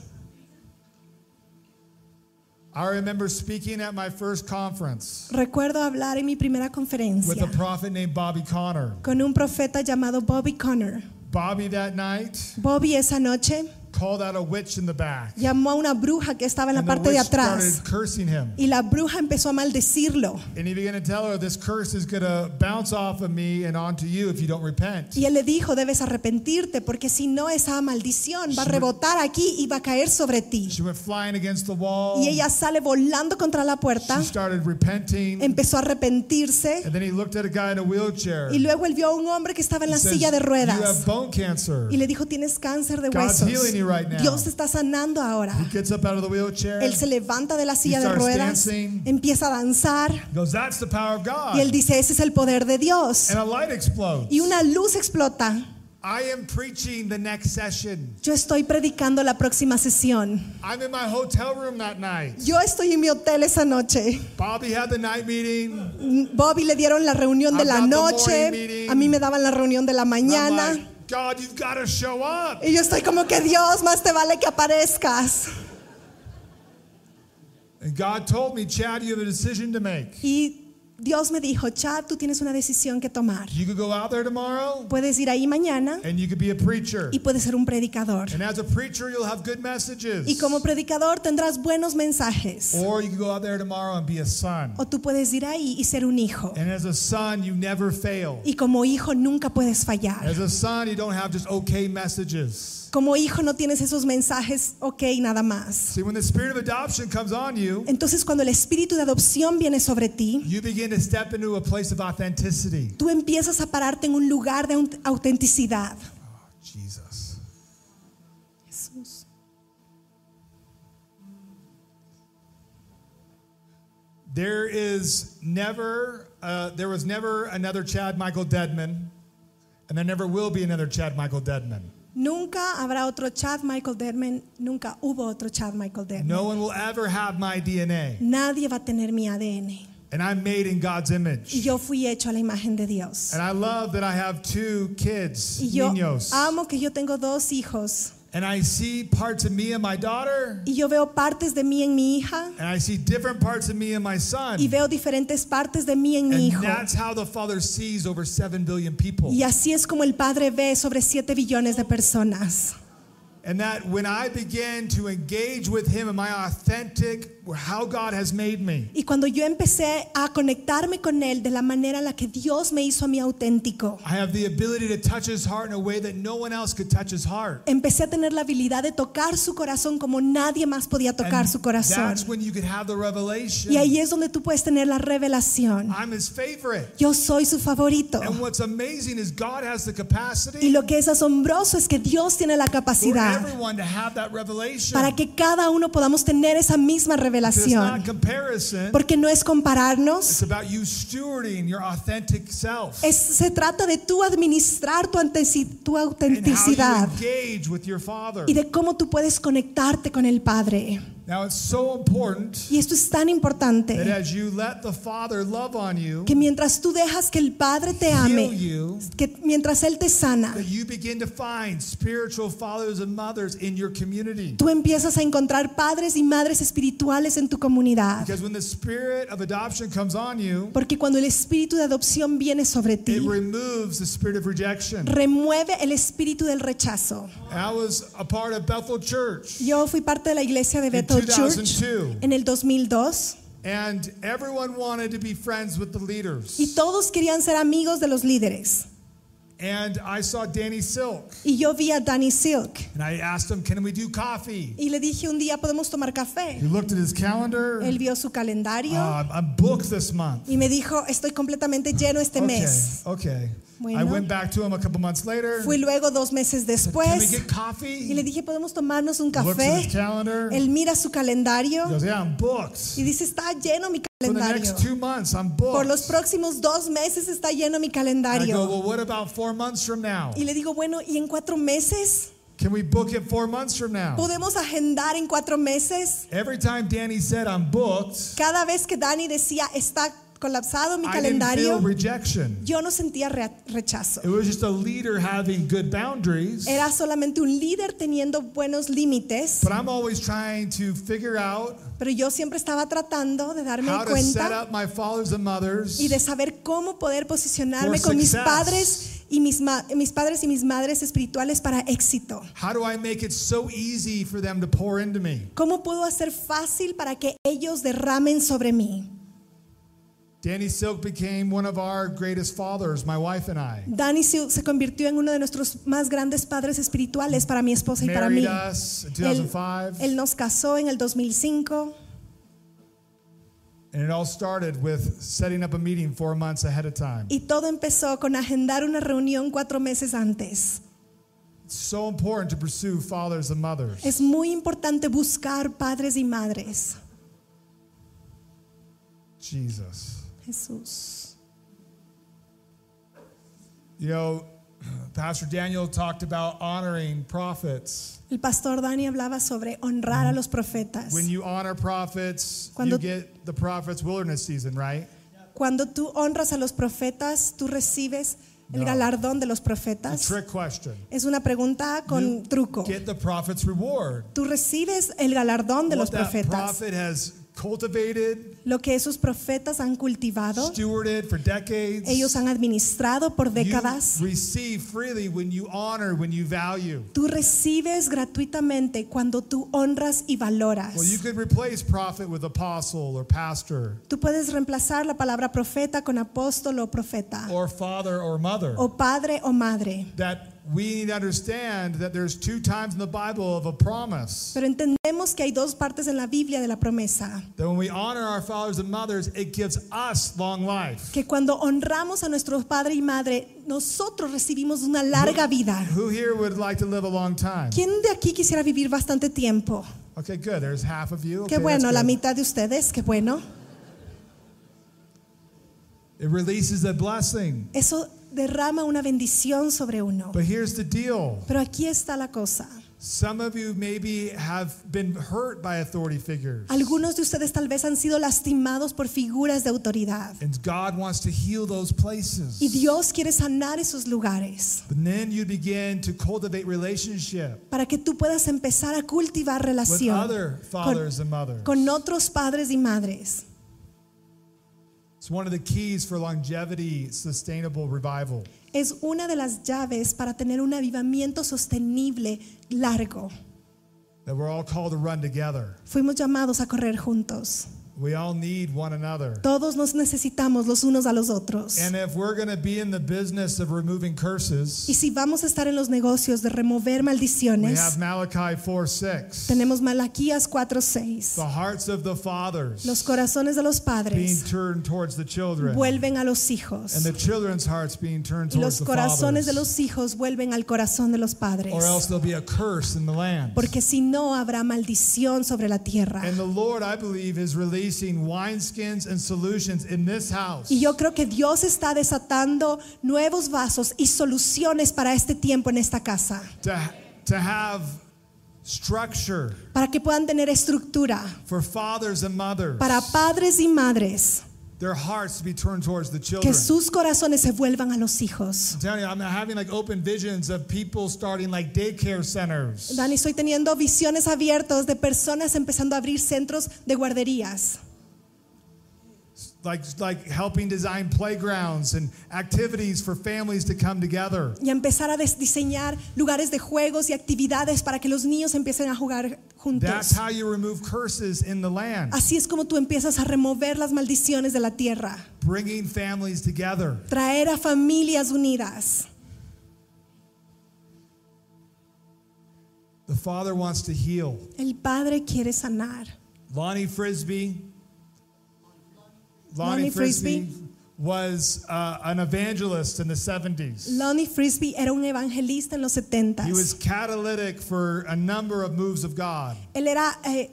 I remember speaking at my first conference
Recuerdo hablar en mi primera
with a
conferencia
prophet named Bobby Connor.
con un profeta llamado Bobby Connor.
Bobby that night
Bobby esa noche
called out a witch in the back.
llamó a una bruja que estaba en la
And the
parte de
witch
atrás
started cursing him.
y la bruja empezó a maldecirlo.
And he began to tell her, This curse is going to bounce off of me and onto you if you don't repent.
Y él le dijo, debes arrepentirte porque si no esa maldición va a rebotar aquí y va a caer sobre ti.
She went flying against the wall.
Y ella sale volando contra la puerta,
She started repenting.
empezó a arrepentirse
And then he looked at a guy in a wheelchair.
y luego él vio a un hombre que estaba en
He
la
says,
silla de
You
ruedas
have bone cancer.
y le dijo, tienes cáncer de
God's
huesos.
healing you right now."
Dios te está sanando ahora.
He gets up out of the wheelchair.
Él se levanta de la silla de
starts
ruedas,
dancing.
empieza a danzar
goes, That's the power of God.
y él dice, ese es el poder de Dios.
and a light explodes.
Y una luz explota.
I am preaching the next session.
Yo estoy predicando la próxima sesión.
I'm in my hotel room that night.
Yo estoy en mi hotel esa noche.
Bobby had the night meeting.
Bobby le dieron la reunión de
I've
la
got the morning
noche,
meeting.
a mí me daban la reunión de la
I'm
mañana.
like, God, you've got to show up.
Y yo estoy como que Dios, más te vale que aparezcas.
And God told me, Chad, you have a decision to make.
Y Dios me dijo, Chad, tú tienes una decisión que tomar.
You could go out there tomorrow
Puedes ir ahí mañana
and you could be a preacher.
y puedes ser un predicador.
And as a preacher, you'll have good messages.
Y como predicador tendrás buenos mensajes.
Or you could go out there tomorrow and be a son.
O tú puedes ir ahí y ser un hijo.
And as a son, you never fail.
Y como hijo nunca puedes fallar.
As a son, you don't have just okay messages.
Como hijo no tienes esos mensajes, ok, nada más.
See, when the spirit of adoption comes on you,
Entonces cuando el espíritu de adopción viene sobre ti,
you begin to step into a place of authenticity.
tú empiezas a pararte en un lugar de aut- autenticidad.
Jesus.
Jesús.
There is never, uh, there was never another Chad Michael Deadman, and there never will be another Chad Michael Deadman.
Nunca habrá otro Chad Michael Derman, nunca hubo otro Chad Michael Derman.
No one will ever have my DNA,
Nadie va a tener mi ADN.
and I'm made in God's
Y
image.
yo fui hecho a la imagen de Dios.
And I love that I have two kids,
Y yo um,
niños,
amo que yo tengo dos hijos.
and I see parts of me and my daughter,
Y yo veo partes de mí en mi hija
and I see different parts of me and my son.
y veo diferentes partes de mí en mi
And
hijo.
that's how the Father sees over seven billion people.
Y así es como el Padre ve sobre 7 billones de personas.
And that when I begin to engage with Him in my authentic, how God has made me,
Y cuando yo empecé a conectarme con Él de la manera en la que Dios me hizo a mí auténtico,
I have the ability to touch His heart in a way that no one else could touch His heart.
empecé a tener la habilidad de tocar su corazón como nadie más podía tocar
And
su corazón.
That's when you could have the revelation.
Y ahí es donde tú puedes tener la revelación.
I'm His favorite.
Yo soy su favorito.
And what's amazing is God has the
Oh. Y
capacity
lo que es asombroso es que Dios tiene la
for
capacidad
everyone to have that revelation.
para que cada uno podamos tener esa misma
It's not
revelación.
comparison.
Porque no es compararnos,
It's about you stewarding your authentic self.
es- se trata de tú administrar tu, anteci- tu
and how
autenticidad
you engage with your father.
y de cómo tú puedes conectarte con el Padre.
Now it's so important
Y esto es
that
tan importante
as you let the father love on you,
que mientras tú dejas que el Padre te
heal
ame,
you,
que mientras Él te sana,
that you begin to find spiritual fathers and mothers in your community.
tú empiezas a encontrar padres y madres espirituales en tu comunidad.
Because when the spirit of adoption comes on you,
Porque cuando el espíritu de adopción viene sobre
it
ti,
removes the spirit of rejection.
remueve el espíritu del rechazo.
I was a part of Bethel Church
Yo fui parte de la iglesia de
in
Bethel Church
2002,
en el 2002
and everyone wanted to be friends with the leaders.
y todos querían ser amigos de los líderes.
And I saw Danny Silk,
Y yo vi a Danny Silk
and I asked him, Can we do coffee?
y le dije un día, ¿podemos tomar café?
He looked at his calendar.
Él vio su calendario
"Ah, I'm booked this month.
y me dijo, estoy completamente lleno este
Okay,
mes.
okay. I
Bueno.
went back to him a couple months later.
Fui luego dos meses
Can we get
después y le
coffee?
dije, ¿podemos tomarnos un
Looks at his
café?
calendar. He
Él mira su calendario
goes, Yeah, I'm booked.
y dice, está lleno mi
For the
calendario.
next two months, I'm
Por los
booked.
próximos dos meses está lleno
And
mi
I go,
calendario.
Well, what about four months from now?
Y le digo, bueno, ¿y en cuatro meses?
Can we book it four months from now?
¿Podemos agendar en cuatro meses?
Every time Danny said, I'm booked,
Cada vez que Dani decía, está colapsado mi
I didn't feel
calendario,
rejection.
yo no sentía re- rechazo.
It was just a leader having good boundaries.
Era solamente un líder teniendo buenos límites,
But I'm always trying to figure out
pero yo siempre estaba tratando de darme
how to set
cuenta
up my fathers and mothers
y de saber cómo poder posicionarme
For
con mis
success.
padres y mis, ma- mis padres y mis madres espirituales para éxito.
How do I make it so easy for them to pour into me?
¿Cómo puedo hacer fácil para que ellos derramen sobre mí?
Danny Silk became one of our greatest fathers, my wife and I.
Danny se, se convirtió en uno de nuestros más grandes padres espirituales para mi esposa y para
Married
mí.
us in
Él,
2005,
él nos casó en el 2005
and it all started with setting up a meeting four months ahead of time.
y todo empezó con agendar una reunión cuatro meses antes.
It's so important to pursue fathers and mothers.
Es muy importante buscar padres y madres.
Jesus.
Jesús.
You know, Pastor Daniel talked about honoring prophets.
El pastor Dani hablaba sobre honrar a los profetas.
When you honor prophets, you
Cuando-
get the prophet's wilderness season, right?
Cuando tú honras a los profetas, tú recibes el
No.
galardón de los
A
profetas.
trick question.
Es una pregunta
You
con truco.
Get the prophet's reward.
Tú recibes el galardón de
What
los
that
profetas.
prophet has cultivated,
Lo que esos profetas han cultivado,
stewarded for decades.
ellos han administrado por décadas.
You receive freely when you honor, when you value.
Tú recibes gratuitamente cuando tú honras y valoras.
Well, you could replace prophet with apostle or pastor
Tú puedes reemplazar la palabra profeta con apóstol o profeta,
or father or mother.
o padre o madre.
That we need to understand that there's two times in the Bible of a promise.
Pero entendemos que hay dos partes en la Biblia de la promesa.
That when we honor our fathers and mothers, it gives us long life.
Que cuando honramos a nuestros padre y madre, nosotros recibimos una larga vida.
Who here would like to live a long time?
¿Quién de aquí quisiera vivir bastante tiempo?
Okay, good. There's half of you. Okay,
Qué
that's
bueno, la
good.
mitad de ustedes, qué bueno.
It releases a blessing.
Eso derrama una bendición sobre uno.
But here's the deal.
Pero aquí está la cosa.
Some of you maybe have been hurt by authority figures.
Algunos de ustedes tal vez han sido lastimados por figuras de autoridad.
And God wants to heal those
Y
places.
Dios quiere sanar esos lugares
But then you begin to cultivate relationship
para que tú puedas empezar a cultivar
with
relación
other fathers and mothers.
con otros padres y madres.
It's one of the keys for longevity, sustainable revival.
Es una de las llaves para tener un avivamiento sostenible largo.
That we're all called to run together.
Fuimos llamados a correr juntos.
We all need one another.
Todos nos necesitamos los unos a los otros.
And if we're going to be in the business of removing
Y
curses,
si vamos a estar en los negocios de remover
we
maldiciones,
have Malachi 4 6.
tenemos Malaquías 4:6.
The hearts of the
Los
fathers
corazones de los
being
padres
turned towards the children, and
vuelven a los hijos.
the children's hearts being turned
Y
towards
los
the
corazones de
fathers.
los hijos vuelven al corazón de los padres.
Or else there'll be a curse in the land.
Porque si no, habrá maldición sobre la tierra.
And the Lord, I believe, is releasing wineskins and solutions in this house.
Y yo creo que Dios está desatando nuevos vasos y soluciones para este tiempo en esta casa,
to, to have structure
para que puedan tener estructura,
for fathers and mothers,
para padres y madres,
their hearts to be turned towards the children.
que sus corazones se vuelvan a los hijos.
I'm telling you, I'm having like open visions of people starting like daycare centers.
Dani, estoy teniendo visiones abiertas de personas empezando a abrir centros de guarderías,
like like helping design playgrounds and activities for families to come together.
y empezar a des- diseñar lugares de juegos y actividades para que los niños empiecen a jugar
That's
juntos.
how you remove curses in the land,
Así es como tú empiezas a remover las maldiciones de la tierra,
bringing families together.
traer a familias unidas.
The Father wants to heal.
El Padre quiere sanar.
Lonnie Frisbee. Lonnie,
Lonnie
Frisbee,
Frisbee.
was uh, an evangelist in the 70s.
Lonnie Frisbee era un evangelista en los
He was
70s.
catalytic for a number of moves of God.
Él era eh,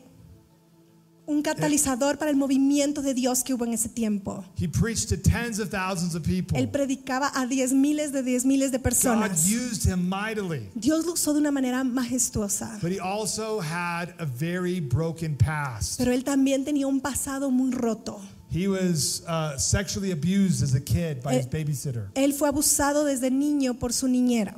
un catalizador para el movimiento de Dios que hubo en ese tiempo.
He preached to tens of thousands of people.
Él predicaba a diez miles de diez miles de
God
personas.
used him mightily.
Dios lo usó de una manera majestuosa,
But he also had a very broken past.
pero él también tenía un pasado muy roto.
He was uh, sexually abused as a kid by his
Eh.
babysitter.
Él fue abusado desde niño por su niñera.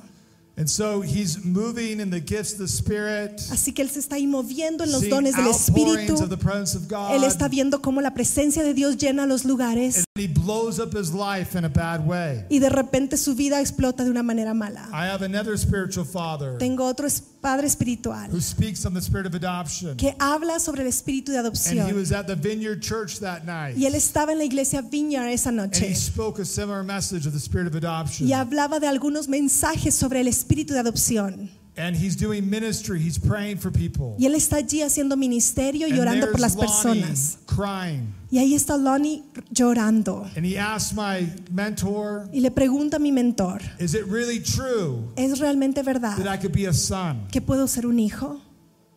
And so he's moving in the gifts of the Spirit,
Así que él se está ahí moviendo en los
seeing
dones del Espíritu.
outpourings of the presence of God.
Él está viendo cómo la presencia de Dios llena los lugares
And he blows up his life in a bad way.
y de repente su vida explota de una manera mala.
I have another spiritual father
Tengo otro es- padre
who
espiritual
speaks on the spirit of adoption.
que habla sobre el espíritu de
And he
adopción.
was at the Vineyard Church that night.
Y él estaba en la iglesia Vineyard esa
And he
noche
spoke a similar message of the spirit of adoption.
y hablaba de algunos mensajes sobre el espíritu de adopción.
And he's doing ministry, he's praying for people.
Y él está allí haciendo ministerio y
And
orando por
there's
las
Lonnie
personas.
Crying.
Y ahí está Lonnie llorando
And he asked my mentor,
y le pregunta a mi mentor,
Is it really true
¿es realmente
that
verdad
I could be a son?
que puedo ser un hijo?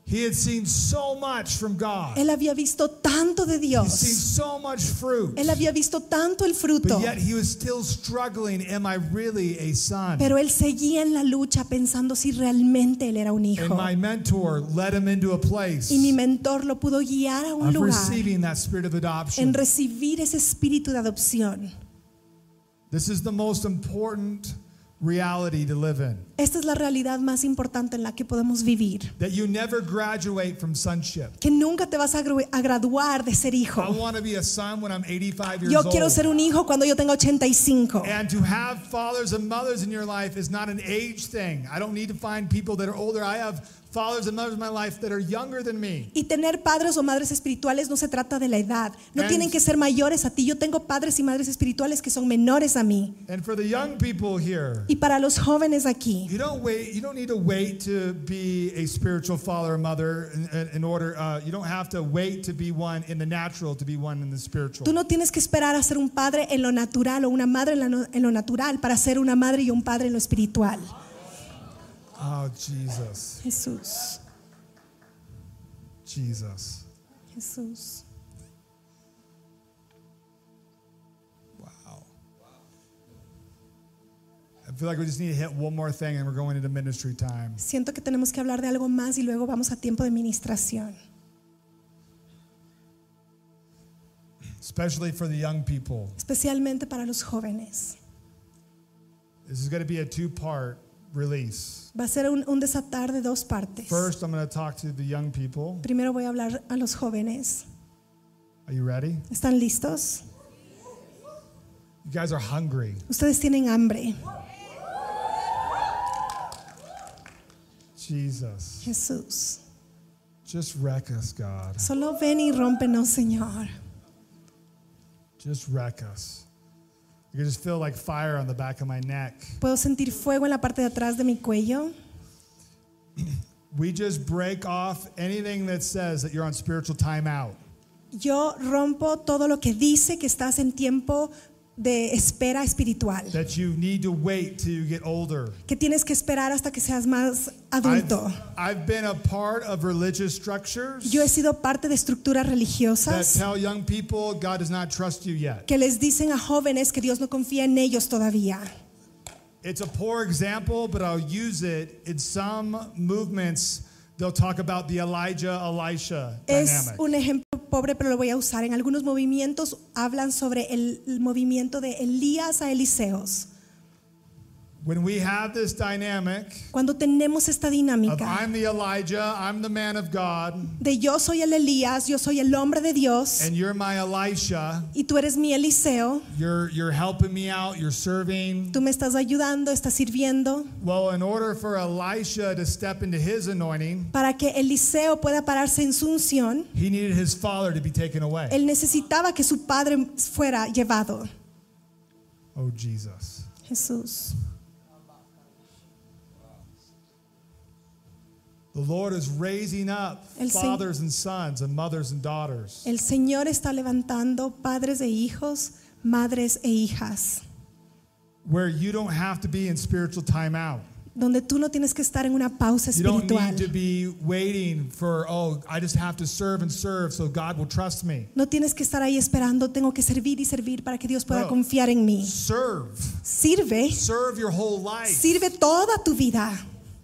He had seen so much from God,
Él había visto tanto de
he'd seen
Dios,
so much fruit,
él había visto tanto el fruto,
but yet he was still struggling. Am I really a son?
pero él seguía en la lucha pensando si realmente él era un
And
hijo.
my mentor led him into a place
Y mi mentor lo pudo guiar a un
of
lugar
receiving that spirit of adoption.
en recibir ese espíritu de adopción.
This is the most important reality to live in
Esta es la realidad más importante en la que podemos vivir.
that you never graduate from sonship.
Que nunca te vas a, gru- a graduar de ser
I
hijo.
want to be a son when I'm 85 years
Yo
old.
quiero ser un hijo cuando yo tenga 85.
And to have fathers and mothers in your life is not an age thing. I don't need to find people that are older. I have fathers and mothers in my life that are younger than me.
Y tener padres o madres espirituales no se trata de la edad. No
And-
tienen que ser mayores a ti. Yo tengo padres y madres espirituales que son menores a mí.
And for the young people here,
Y para los jóvenes aquí,
you don't wait. You don't need to wait to be a spiritual father or mother in, in- in order. Uh, you don't have to wait to be one in the natural to be one in the spiritual.
tú no tienes que esperar a ser un padre en lo natural o una madre en, la no- en lo natural para ser una madre y un padre en lo espiritual.
Oh Jesus,
Jesús,
Jesus!
Jesús.
Wow. I feel like we just need to hit one more thing, and we're going into ministry time.
Siento que tenemos que hablar de algo más y luego vamos a tiempo de ministración,
especially for the young people.
especialmente para los jóvenes.
This is going to be a two part release.
Va a ser un, un desatar de dos partes.
First, I'm going to talk to the young people.
Primero voy a hablar a los jóvenes.
Are you ready?
¿Están listos?
You guys are hungry.
Ustedes tienen hambre.
Jesus,
Jesús,
just wreck us, God.
solo ven y rómpenos, Señor.
Just wreck us. You can just feel like fire on the back of my neck.
Puedo sentir fuego en la parte de atrás de mi cuello.
We just break off anything that says that you're on spiritual timeout.
Yo rompo todo lo que dice que estás en tiempo de espera espiritual,
that you need to wait till you get older.
que tienes que esperar hasta que seas más
I've,
adulto.
I've been a part of religious structures
Yo he sido parte de estructuras
that
religiosas
tell young people God does not trust you yet.
que les dicen a jóvenes que Dios no confía en ellos todavía.
It's a poor example, but I'll use it. In some movements, they'll talk about the Elijah Elisha
Es
dynamic.
un ejemplo pobre, pero lo voy a usar. En algunos movimientos hablan sobre el, el movimiento de Elías a Eliseos.
When we have this dynamic
Cuando tenemos esta
of
dinámica
I'm the Elijah, I'm the man of God,
de yo soy el Elías, yo soy el hombre de Dios
and you're my Elisha,
y tú eres mi Eliseo,
you're you're helping me out, you're serving.
tú me estás ayudando, estás sirviendo,
Well, in order for Elisha to step into his anointing,
para que Eliseo pueda pararse en su unción,
He needed his father to be taken away.
él necesitaba que su padre fuera llevado.
Oh, Jesus.
Jesús.
The Lord is raising up
El Señor-
fathers and sons and mothers and daughters.
El Señor está levantando padres e hijos, madres e hijas,
Where you don't have to be in spiritual timeout.
donde tú no tienes que estar en una pausa
You don't need to
espiritual.
be waiting for, oh, I just have to serve and serve so God will trust me.
No tienes que estar ahí esperando, tengo que servir y servir para que Dios pueda
No.
confiar en mí.
Serve.
Sirve,
Serve your whole life.
sirve toda tu vida,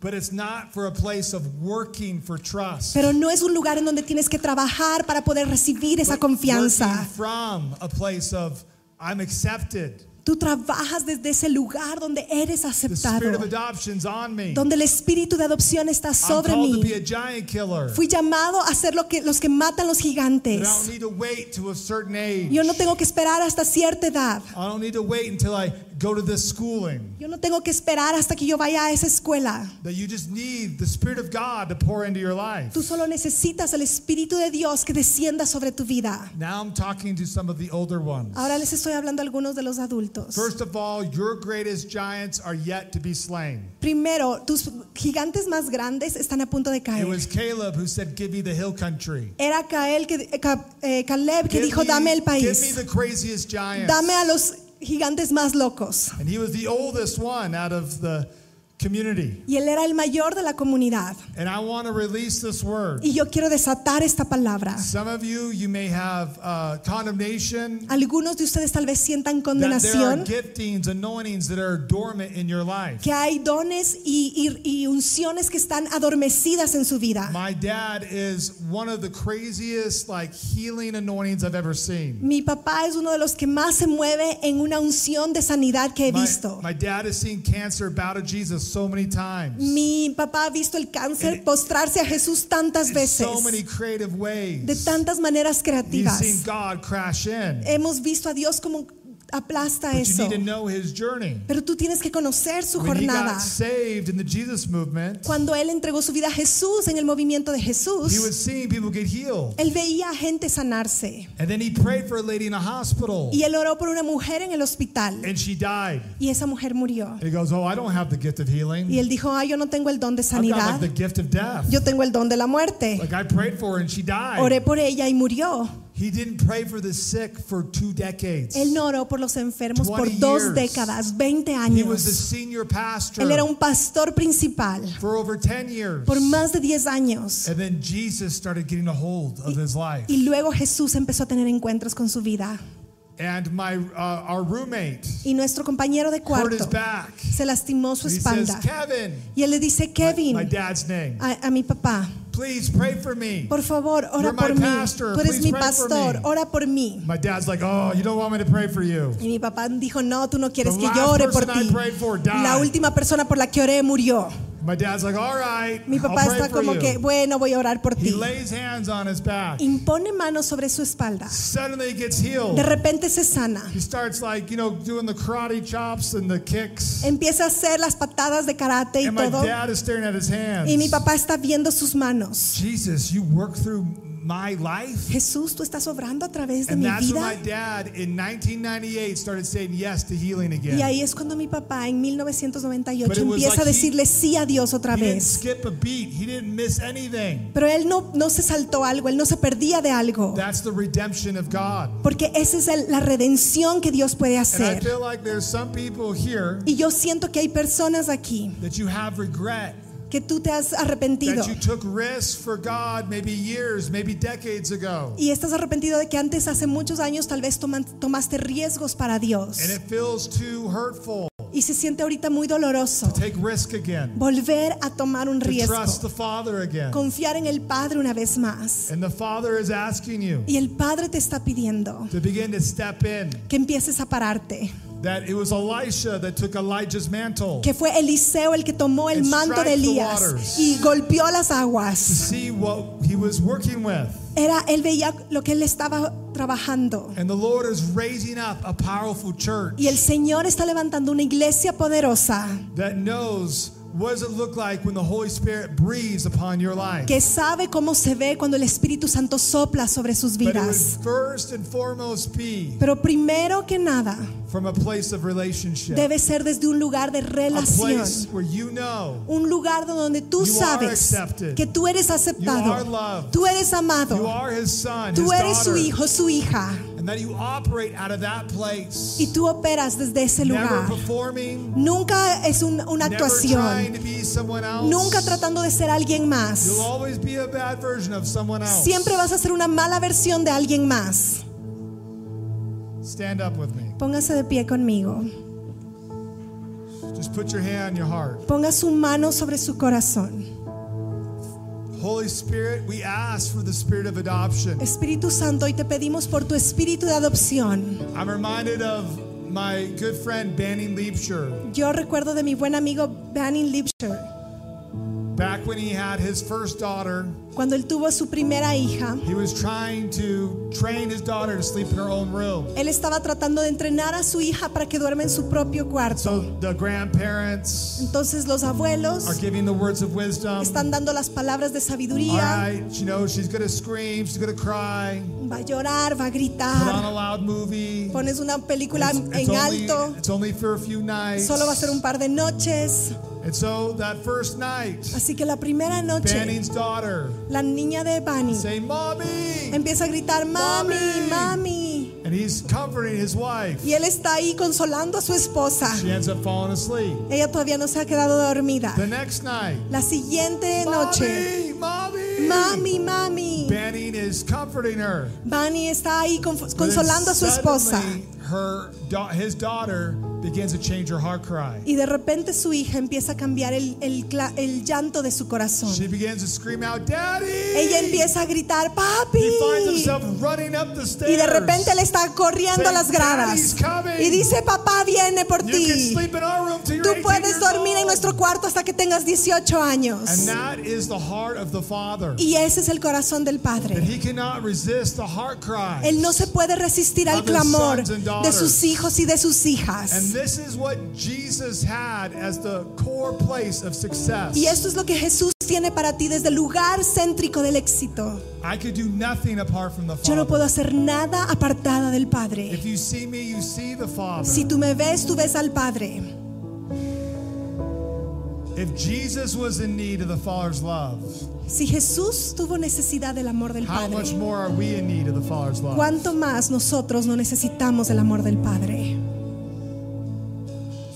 But it's not for a place of working for trust.
pero no es un lugar en donde tienes que trabajar para poder recibir esa
but working
confianza.
from a place of, I'm accepted.
Tú trabajas desde ese lugar donde eres
The spirit of
aceptado,
adoption's on me.
donde el espíritu de adopción está
I'm
sobre
called to be
mí.
a giant killer.
Fui llamado a ser lo que, los que matan los
But I don't
gigantes.
need to wait to a certain age.
Yo no tengo que esperar hasta cierta edad.
I don't need to wait until I go to this schooling.
Yo no tengo que esperar hasta que yo vaya a esa escuela.
That you just need the Spirit of God to pour into your life.
Tú solo necesitas el Espíritu de Dios que descienda sobre tu vida.
Now I'm talking to some of the older ones.
Ahora les estoy hablando a algunos de los adultos.
First of all, your greatest giants are yet to be slain.
Primero, tus gigantes más grandes están a punto de
It
caer.
was Caleb who said, Give me the hill country.
Era Cael que, eh, Ca- eh, Caleb que
Give
dijo,
me-
dame el
Give me
país.
the craziest giants.
Dame a los gigantes más locos.
And he was the oldest one out of the community.
Y él era el mayor de la comunidad.
And I want to release this word.
Y yo quiero desatar esta palabra.
Some of you, you may have uh, condemnation.
Algunos de ustedes tal vez
That
sientan
there are
condenación,
giftings, anointings that are dormant in your life.
que hay dones y, y- y unciones que están adormecidas en su vida.
My dad is one of the craziest like healing anointings I've ever seen.
Mi papá es uno de los que más se mueve en una unción de sanidad que he
My,
visto.
my dad has seen cancer bow to Jesus so many times.
Mi papá ha visto el cáncer postrarse a Jesús tantas
In
veces,
so many creative ways.
de tantas maneras
He's
creativas.
seen God crash in.
Hemos visto a Dios como aplasta
But you
eso.
need to know his journey.
Pero tú tienes que conocer su
When he got
jornada.
saved in the Jesus movement,
Cuando él entregó su vida a Jesús en el movimiento de
he
Jesús,
was seeing people get healed.
él veía a gente sanarse.
And then he prayed for a lady in a hospital
Y él oró por una mujer en el hospital
and she died.
y esa mujer murió.
And he goes, Oh, I don't have the gift of healing.
Y él dijo, ah, yo no tengo el don de
I've got
sanidad,
like the gift of death.
yo tengo el don de la muerte.
Like I prayed for her and she died.
Oré por ella y murió.
He didn't pray for the sick for two decades.
Él no oró por los enfermos
20
por dos
years.
décadas, 20
He was the
años.
senior pastor
Él era un pastor principal
for over 10 years.
por más de 10 años.
And then Jesus started getting a hold of his life.
Y luego Jesús empezó a tener encuentros con su vida.
And my uh, our roommate
Y nuestro compañero de
hurt his
cuarto
back.
se lastimó su
He says,
espalda.
Kevin,
Y él le dice, Kevin,
my dad's name,
a, a mi papá,
please pray for me.
por favor,
You're
ora
my
por mí.
pastor.
Tú eres
Please
mi
pray for
pastor,
me."
ora por mí.
My dad's like, Oh, you don't want me to pray for you.
Y mi papá dijo, no, tú no quieres
The
que
last
yo ore por
person I
ti.
prayed for died.
La última persona por la que oré murió.
My dad's like, all right,
Mi papá
I'll pray
está
for
como
you."
que, bueno, voy a orar por
He
ti.
lays hands on his back.
Impone manos sobre su espalda.
Suddenly he gets healed.
De repente se sana.
He starts like, you know, doing the karate chops and the kicks.
Empieza a hacer las patadas de karate y
And my
todo.
dad is staring at his hands.
Y mi papá está viendo sus manos.
Jesus, you work through my life?
Jesús, tú estás obrando a través de
And
mi
that's when my
vida.
dad in 1998 started saying yes to healing
Y
again.
ahí es cuando mi papá en
But
1998
it was
empieza
like he-
a decirle sí a Dios otra
He didn't
vez.
skip a beat. He didn't miss anything.
Pero él no, no se saltó algo, él no se perdía de algo.
That's the redemption of God.
Porque esa es el- la redención que Dios puede
And I
hacer.
feel like there's some people here
Y yo siento que hay personas aquí
that you have regret
que tú te has arrepentido.
that you took risks for God maybe years, maybe decades ago.
Y estás arrepentido de que antes, hace muchos años, tal vez toman- tomaste riesgos para Dios.
And it feels too hurtful
Y se siente ahorita muy doloroso
to take risk again,
volver a tomar un
to trust the
riesgo.
Father again.
Confiar en el Padre una vez más.
And the Father is asking you
Y el Padre te está pidiendo
to begin to step in.
que empieces a pararte.
That it was Elisha that took Elijah's mantle
Que fue Eliseo el que tomó el
And
manto de
strike the
Elías
waters.
y golpeó las
to
aguas.
see what he was working with.
Era, él veía lo que él estaba trabajando.
And the Lord is raising up a powerful church
Y el Señor está levantando una iglesia poderosa
that knows what does it look like when the Holy Spirit breathes upon your life.
que sabe cómo se ve cuando el Espíritu Santo sopla sobre sus
But it would
vidas.
first and foremost be
Pero primero que nada,
from a place of relationship.
debe ser desde un lugar de
a place
relación.
where you know
Un lugar donde tú
You are
sabes
accepted.
que tú eres
You are
aceptado.
loved.
Tú eres
you
amado.
are his son, his
Tú eres
daughter,
su hijo, su hija.
and that you operate out of that place.
Y tú operas desde ese
never
lugar.
performing,
Nunca es un- una
never trying
actuación.
to be someone else.
Nunca tratando de ser alguien más.
You'll always be a bad version of someone else.
Siempre vas a ser una mala versión de alguien más.
Stand up with me.
Póngase de pie conmigo.
Just put your hand on your heart.
Ponga su mano sobre su corazón.
Holy Spirit, we ask for the spirit of adoption.
Espíritu Santo, hoy te pedimos por tu espíritu de adopción.
I'm reminded of my good friend Banning Leapshire
Yo recuerdo de mi buen amigo Banning Lipscher.
back when he had his first daughter.
Cuando él tuvo su primera hija,
He was trying to train his daughter to sleep in her own room.
él estaba tratando de entrenar a su hija para que duerma en su propio cuarto.
So the grandparents
Entonces los
are
abuelos
giving the words of wisdom.
están dando las palabras de
All
sabiduría.
right, you know, she's going to scream, she's going to cry.
Va a llorar, va a
Put on a
gritar.
loud movie.
Pones una Ah. película en
only,
alto.
it's only for a few nights.
Solo va a ser un par de noches.
And so that first night,
Así que la primera noche,
Banning's daughter
la niña de Bunny
say, "Mommy,"
empieza a gritar, mami,
Mami.
mami.
and he's comforting his wife.
Y él está ahí consolando a su esposa.
She ends up falling asleep.
Ella todavía no se ha quedado dormida.
The next night,
La siguiente noche,
"Mommy, mommy."
mami, mami.
Banning is comforting her.
Bunny está ahí conf-
But then
consolando a su esposa.
suddenly, Her, da- his daughter begins to change her heart cry.
Y de repente su hija empieza a cambiar el, el cla- el llanto de su
She
corazón.
begins to scream out, "Daddy!"
Ella empieza a gritar,
He finds
papi.
himself running up the stairs.
Y de repente le está corriendo a las gradas. Y dice, papá viene por
You can
ti.
sleep in our room till you're
Tú
18
puedes
years
dormir en
old.
nuestro cuarto hasta que tengas 18
And
años.
that is the heart of the Father.
Y ese es el corazón del
That
Padre.
he cannot resist the heart cry.
Él no se puede resistir al
Of his sons
clamor
and
de
daughters.
sus hijos y de sus
And
hijas.
this is what Jesus had as the core place of success.
Y esto es lo que Jesús tiene para ti desde el lugar céntrico del éxito.
I could do nothing apart from the Father.
Yo no puedo hacer nada apartada del Padre.
If you see me, you see the Father.
Si tú me ves, tú ves al Padre.
If Jesus was in need of the Father's love,
Si Jesús tuvo necesidad del amor del
how much
Padre,
more are we in need of the Father's love?
¿cuánto más nosotros no necesitamos del amor del Padre?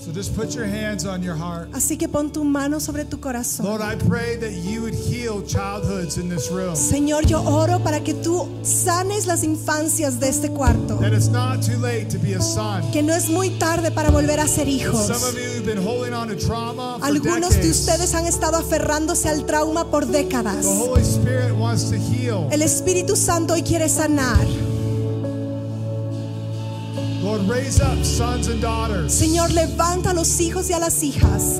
So just put your hands on your heart.
Así que pon tu mano sobre tu corazón.
Lord, I pray that you would heal childhoods in this room.
Señor, yo oro para que tú sanes las infancias de este cuarto.
That it's not too late to be a son.
Que no es muy tarde para volver a
Some
ser
of
hijos.
you have been holding on to trauma for
Algunos de
decades.
ustedes han estado aferrándose al trauma por décadas.
The Holy Spirit wants to heal.
El Espíritu Santo hoy quiere sanar.
Lord, raise up sons and daughters.
Señor, levanta a los hijos y a las hijas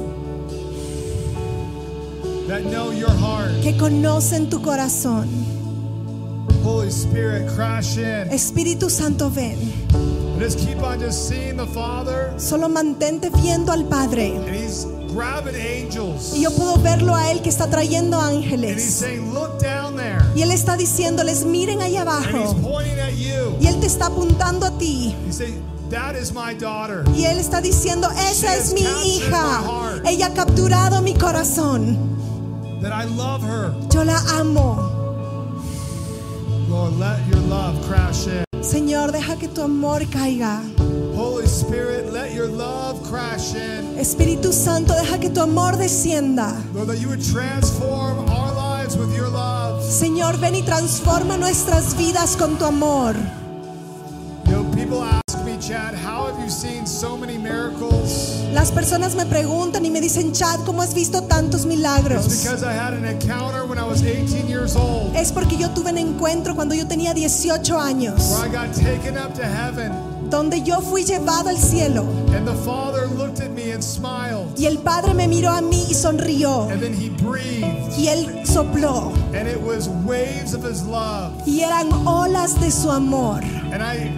that know your heart.
que conocen tu corazón.
Holy Spirit, crash in.
Espíritu Santo, ven.
Just keep on just seeing the Father,
Solo mantente viendo al Padre.
and He's grabbing angels.
Y yo puedo verlo a Él que está trayendo
And He's
ángeles.
saying, Look down there.
Y Él está diciéndoles, miren ahí
And He's
abajo.
pointing at you.
Y Él te está apuntando a ti.
He's saying, That is my daughter.
Y Él está diciendo, esa es mi hija. Ella ha capturado mi corazón.
That I love her.
Yo la amo.
Lord, let your love crash in.
Señor, deja que tu amor caiga.
Holy Spirit, let your love crash in.
Espíritu Santo, deja que tu amor descienda.
Lord, that you would transform our lives with your love.
Señor, ven y transforma nuestras vidas con tu amor.
You know, people ask me, Chad, how have you seen so many miracles?
Las personas me preguntan y me dicen, Chad, ¿cómo has visto tantos
It's
milagros?
because I had an encounter when I was 18 years old where
Es porque yo tuve un encuentro cuando yo tenía 18 años,
I got taken up to heaven
donde yo fui llevado al cielo
and the Father looked at me and smiled.
y el Padre me miró a mí y sonrió
And then he breathed,
y él sopló
and it was waves of his love.
y eran olas de su amor.
And I,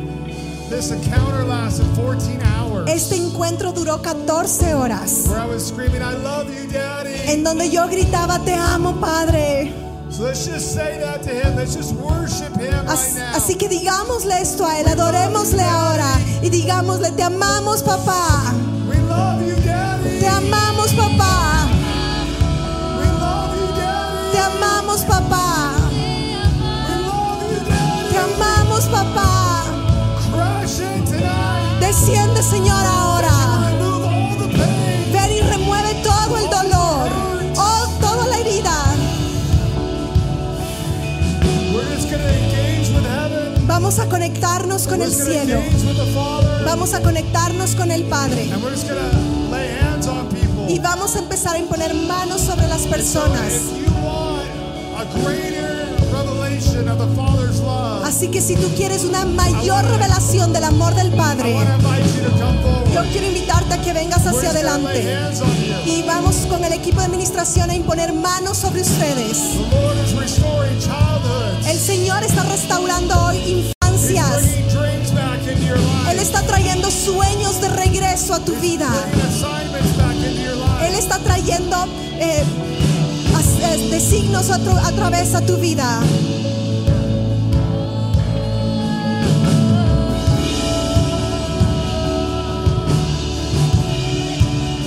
this encounter lasted 14 hours.
Este encuentro duró 14 horas,
where I was screaming, I love you, Daddy.
en donde yo gritaba, te amo, Padre.
So let's just say that to him. Let's just worship him right
As-
now.
Así que digámosle esto a él, adorémosle ahora y digámosle, te amamos, papá.
we love you, Daddy.
Te amamos, papá.
we love you, Daddy.
Te amamos, papá.
we love you, Daddy.
Te amamos, papá.
Crash in tonight.
Desciende, Señor, ahora.
Remove all the pain.
Ven y remueve todo el dolor. Oh, toda la herida.
We're just going to engage with heaven.
Vamos a conectarnos con
we're
el
just going to
cielo.
engage with the Father.
Vamos a conectarnos con el Padre.
and we're just going to lay hands on people.
Y vamos a empezar a imponer manos sobre las personas.
If you want a greater revelation of the Father's love,
Así que si tú quieres una mayor revelación del amor del
I
Padre,
want to invite you to come forward.
yo quiero invitarte a que vengas
We're
hacia
just gonna lay
adelante.
hands on you.
Y vamos con el equipo de administración a imponer manos sobre ustedes.
The Lord is restoring childhoods.
El Señor está restaurando hoy infancias.
He's bringing dreams back into your life.
Él está trayendo sueños de regreso a tu vida.
He's bringing assignments back into your life.
Él está trayendo eh, as- eh, de signos a, tu- a través a tu vida.